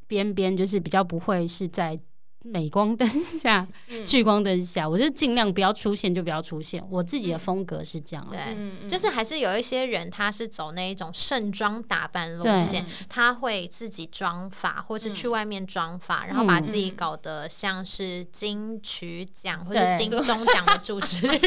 边边，就是比较不会是在镁光灯 下、嗯聚光灯下，我就尽量不要出现就不要出现。我自己的风格是这样啊、对，嗯就是还是有一些人他是走那一种盛装打扮路线，他会自己妆法，或是去外面妆嗯法，然后把自己搞得像是金曲奖或者对金钟奖的主持 人。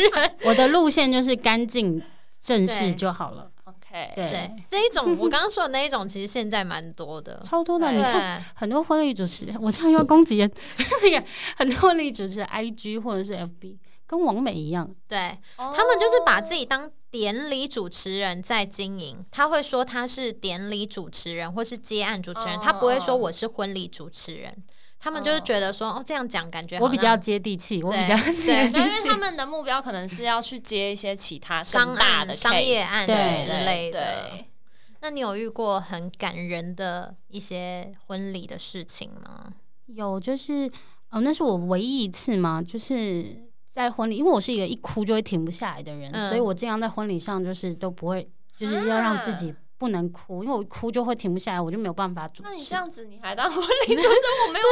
我的路线就是干净正式对就好了。 OK，对，对，这一种我刚刚说的那一种，其实现在蛮多的。超多的，对你看对，很多婚礼主持人，我这样又要攻击人。 那个很多婚礼主持人，IG 或者是 FB，跟王美一样，对，他他们就是把自己当典礼主持人在经营，他会说他是典礼主持人或是接案主持人，哦他不会说我是婚礼主持人。他们就是觉得说，哦，这样讲感觉好我比较像接地气，我比较对对，对因为他们的目标可能是要去接一些其他更商大案、的商业 case 案对子之类的。对那你有遇过很感人的一些婚礼的事情吗？有就是，呃，那是我唯一一次嘛，就是在婚礼，因为我是一个一哭就会停不下来的人，嗯所以我尽量在婚礼上就是都不会，就是要让自己不能哭，因为我一哭就会停不下来，我就没有办法主持。啊那你这样子，你还当婚礼主持？我没有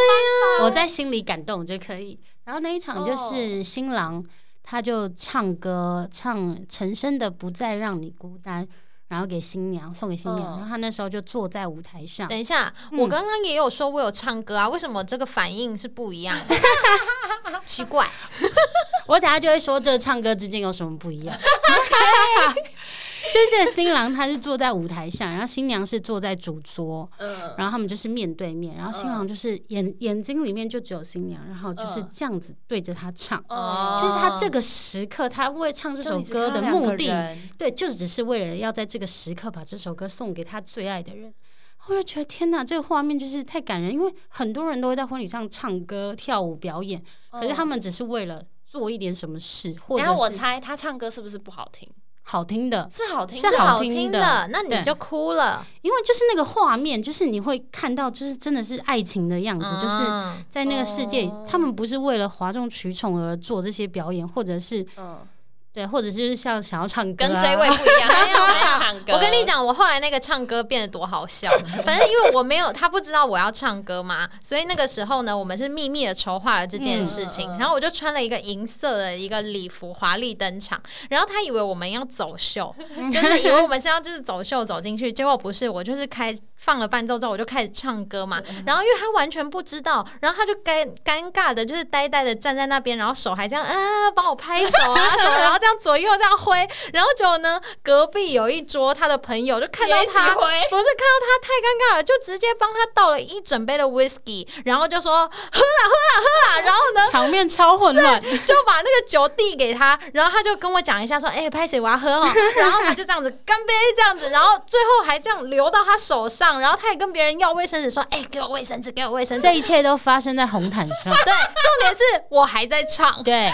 我在心里感动就可以。然后那一场就是新郎他就唱歌，唱陈升的《不再让你孤单》，然后给新娘送给新娘。嗯然后他那时候就坐在舞台上等，一下，嗯我刚刚也有说我有唱歌啊，为什么这个反应是不一样的？ 奇怪，我等下就会说这唱歌之间有什么不一样。就是这个新郎他是坐在舞台上，然后新娘是坐在主桌，嗯然后他们就是面对面，然后新郎就是眼、眼睛里面就只有新娘，然后就是嗯这样子对着他唱。哦就是他这个时刻，他为唱这首歌的目的，对，就只是为了要在这个时刻把这首歌送给他最爱的人。我就觉得天哪，这个画面就是太感人，因为很多人都会在婚礼上唱歌、跳舞、表演，可是他们只是为了做一点什么事，或嗯然者后我是猜他唱歌是不是不好听？好听的，是好听，是好好听听的的，那你对就哭了，因为就是那个画面，就是你会看到，就是真的是爱情的样子，就是嗯在那个世界里哦，他们不是为了哗众取宠而做这些表演，或者是嗯，对，或者就是像想要唱歌、啊，跟追位不一样，还有没谁办法唱歌我跟你讲，我后来那个唱歌变得多好笑。反正因为我没有，他不知道我要唱歌嘛，所以那个时候呢，我们是秘密的筹划了这件事情。嗯嗯嗯然后我就穿了一个银色的一个礼服，华丽登场。然后他以为我们要走秀， 就是以为我们是要就是走秀走进去，结果不是，我就是开放了伴奏之后，我就开始唱歌嘛。然后因为他完全不知道，然后他就尴尴尬的，就是呆呆的站在那边，然后手还这样啊帮我拍手啊什 么，然后这样左右这样挥，然后结果呢，隔壁有一桌他的朋友就看到 也一起他。挥不是看到他太尴尬了，就直接帮他倒了一整杯的 whisky，然后就说喝啦喝啦喝啦，然后呢场面超混 乱，就把那个酒递给他，然后他就跟我讲一下说：“哎、拍谁我要 喝哦。”然后他就这样子干杯这样子，然后最后还这样流到他手上，然后他也跟别人要卫生纸说：“哎、给我卫生纸，给我卫生纸。”，这一切都发生在红毯上对，重点是我还在 唱，然对，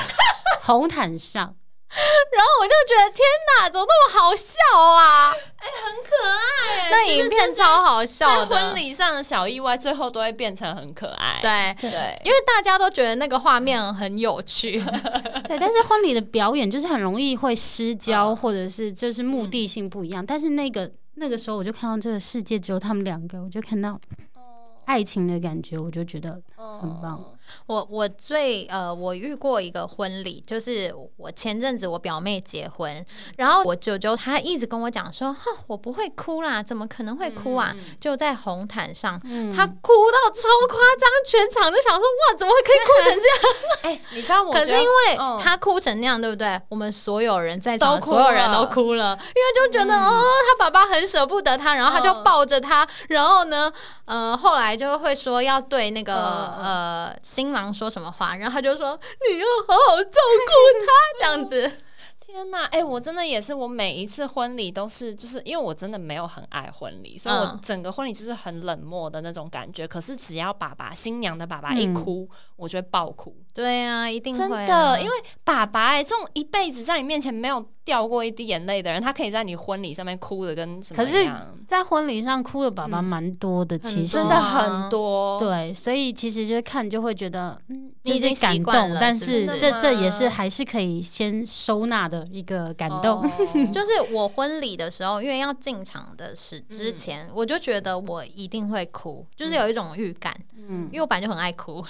红毯上。后我就觉得天哪，怎么那么好笑啊？很可爱耶。 那其实影片这超好笑在的，婚礼上的小意外，最后都会变成很可爱。对。对，因为大家都觉得那个画面很有趣，对，但是婚礼的表演就是很容易会失啊焦，或者是就是目的性不一样。但是那个那个时候，我就看到这个世界只有他们两个，我就看到哦爱情的感觉，我就觉得很棒。我我最呃，我遇过一个婚礼，就是我前阵子我表妹结婚，然后我舅舅他一直跟我讲说，哼，我不会哭啦，怎么可能会哭啊？就在红毯上，嗯他哭到超夸张，全场就想说，哇，怎么会可以哭成这样？哎，你知道我可是觉得因嗯为他哭成那样，对不对？我们所有人在场的都哭所有人了都哭了，因为就觉得哦，他爸爸很舍不得他，然后他就嗯抱着他，然后呢，呃，后来就会说要对那个嗯嗯呃新郎说什么话，然后他就说你要好好照顾他，这样 子。天呐，哎、我真的也是，我每一次婚礼都是，就是因为我真的没有很爱婚礼，所以我嗯整个婚礼就是很冷漠的那种感觉。可是只要爸爸新娘的爸爸一嗯哭，我就会爆哭，对啊，一定真会啊、的，因为爸爸哎、这种一辈子在你面前没有掉过一滴眼泪的人，他可以在你婚礼上面哭的跟什么可是一样，在婚礼上哭的爸爸嗯蛮多的，其实很真多的啊很多。对，所以其实就是看就会觉得，嗯，你就已经是习感惯动，了但是不是是这这也是还是可以先收纳的一个感动。 哦就是我婚礼的时候，因为要进场的时之前，我就觉得我一定会哭，就是有一种预感，嗯因为我本来就很爱哭，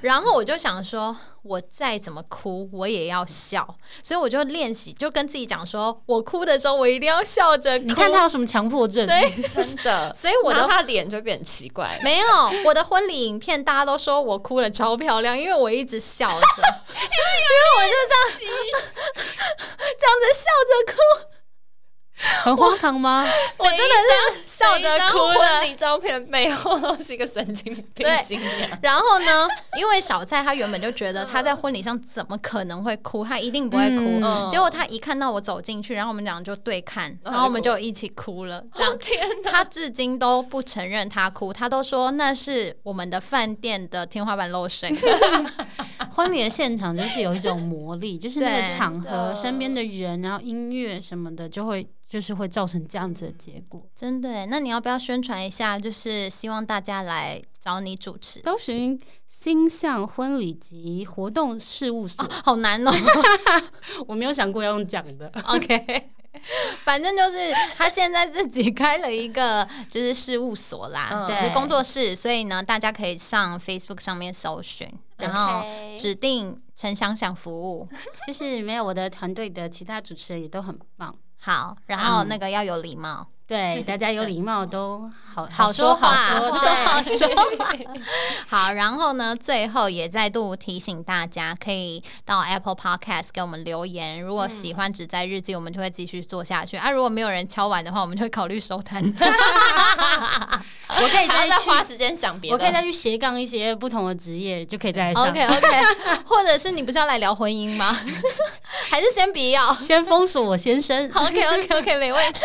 然后我就想说，我再怎么哭，我也要笑，所以我就练习，就跟自己讲说，我哭的时候，我一定要笑着哭。你看他有什么强迫症？对， 真的，所以 我然后的。他脸就会变很奇 怪。没有，我的婚礼影片大家都说我哭的超漂亮，因为我一直笑着，因为因为我就这样 这样子笑着哭，很荒唐吗？我真的是笑着哭的婚。礼照片背后都是一个神经病对新娘。然后呢， 因为小蔡她原本就觉得她在婚礼上怎么可能会哭，她一定不会哭。嗯结果她一看到我走进去，然后我们俩就对看，嗯然后我们就一起哭了。这样，哦天哪！她至今都不承 认她哭，她都说那是我们的饭店的天花板漏水。婚礼的现场就是有一种魔力，就是那对个场真的合、身边的人，然后音乐什么的，就会就是会造成这样子的结果。真的耶。那你要不要宣传一下？就是希望大家来找你主持。搜寻星象婚礼及活动事务所，好难哦。我没有想过要用讲的。 OK，反正就是他现在自己开了一个就是事务所啦嗯，对，是工作室，所以呢，大家可以上 Facebook 上面搜寻，然后 OK 指定陈想想服务。就是没有我的团队的其他主持人也都很棒，好，然后那个要有礼貌，嗯对大家有礼貌都好好说话，好说，都 好说话。好，然后呢，最后也再度提醒大家，可以到 Apple Podcast 给我们留言。如果喜欢《只在日记》，我们就会继续做下去。啊，如果没有人敲完的话，我们就会考虑收摊。我可以还再要再去花，时间想别的。我可以再去斜杠一些不同的职业，就可以再上。 OK OK，或者是你不是要来聊婚姻吗？ 还是先不要 先封锁我先生， ？OK OK OK，没问题。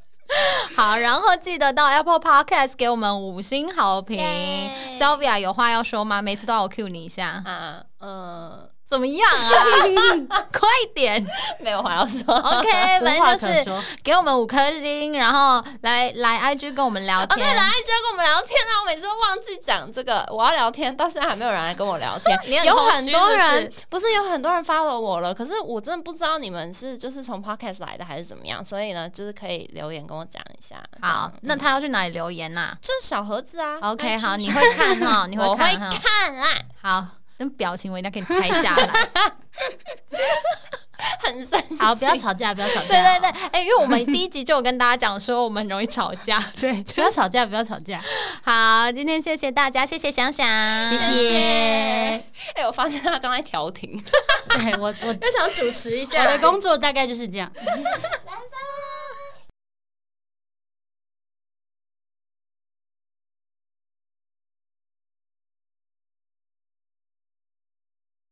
好，然后记得到 Apple Podcast 给我们五星好评。 Yay Sylvia 有话要说吗？每次都要我 cue 你一 下，啊，呃，怎么样啊？快点没有话要说。 ！OK，无反话正就可是说。给我们五颗星，然后来来 IG 跟我们聊哦，对，天。。来就跟我们聊天啊！我每次都忘记讲这个，我要聊天，到现在还没有人来跟我聊天你很有空虚很多人是不不是有很多人 follow 我了，可是我真的不知道你们是就是从 podcast 来的还是怎么样，所以呢，就是可以留言跟我讲一下。好，那他要去哪里留言呐、就是小盒子啊 OK， IG 好，你会看哈，你 我会会看哈。看啦，好，那表情我一定要给你拍下来。很生气。好，不要吵架，不要吵架。对对对，哎、因为我们第一集就有跟大家讲说我们很容易吵架。 对，不要吵架，不要吵架。好，今天谢谢大家，谢谢想想，谢谢谢谢。 哎、我发现他刚才调停。 对我我啊又想主持一我下的工作大概就是这样。拜拜。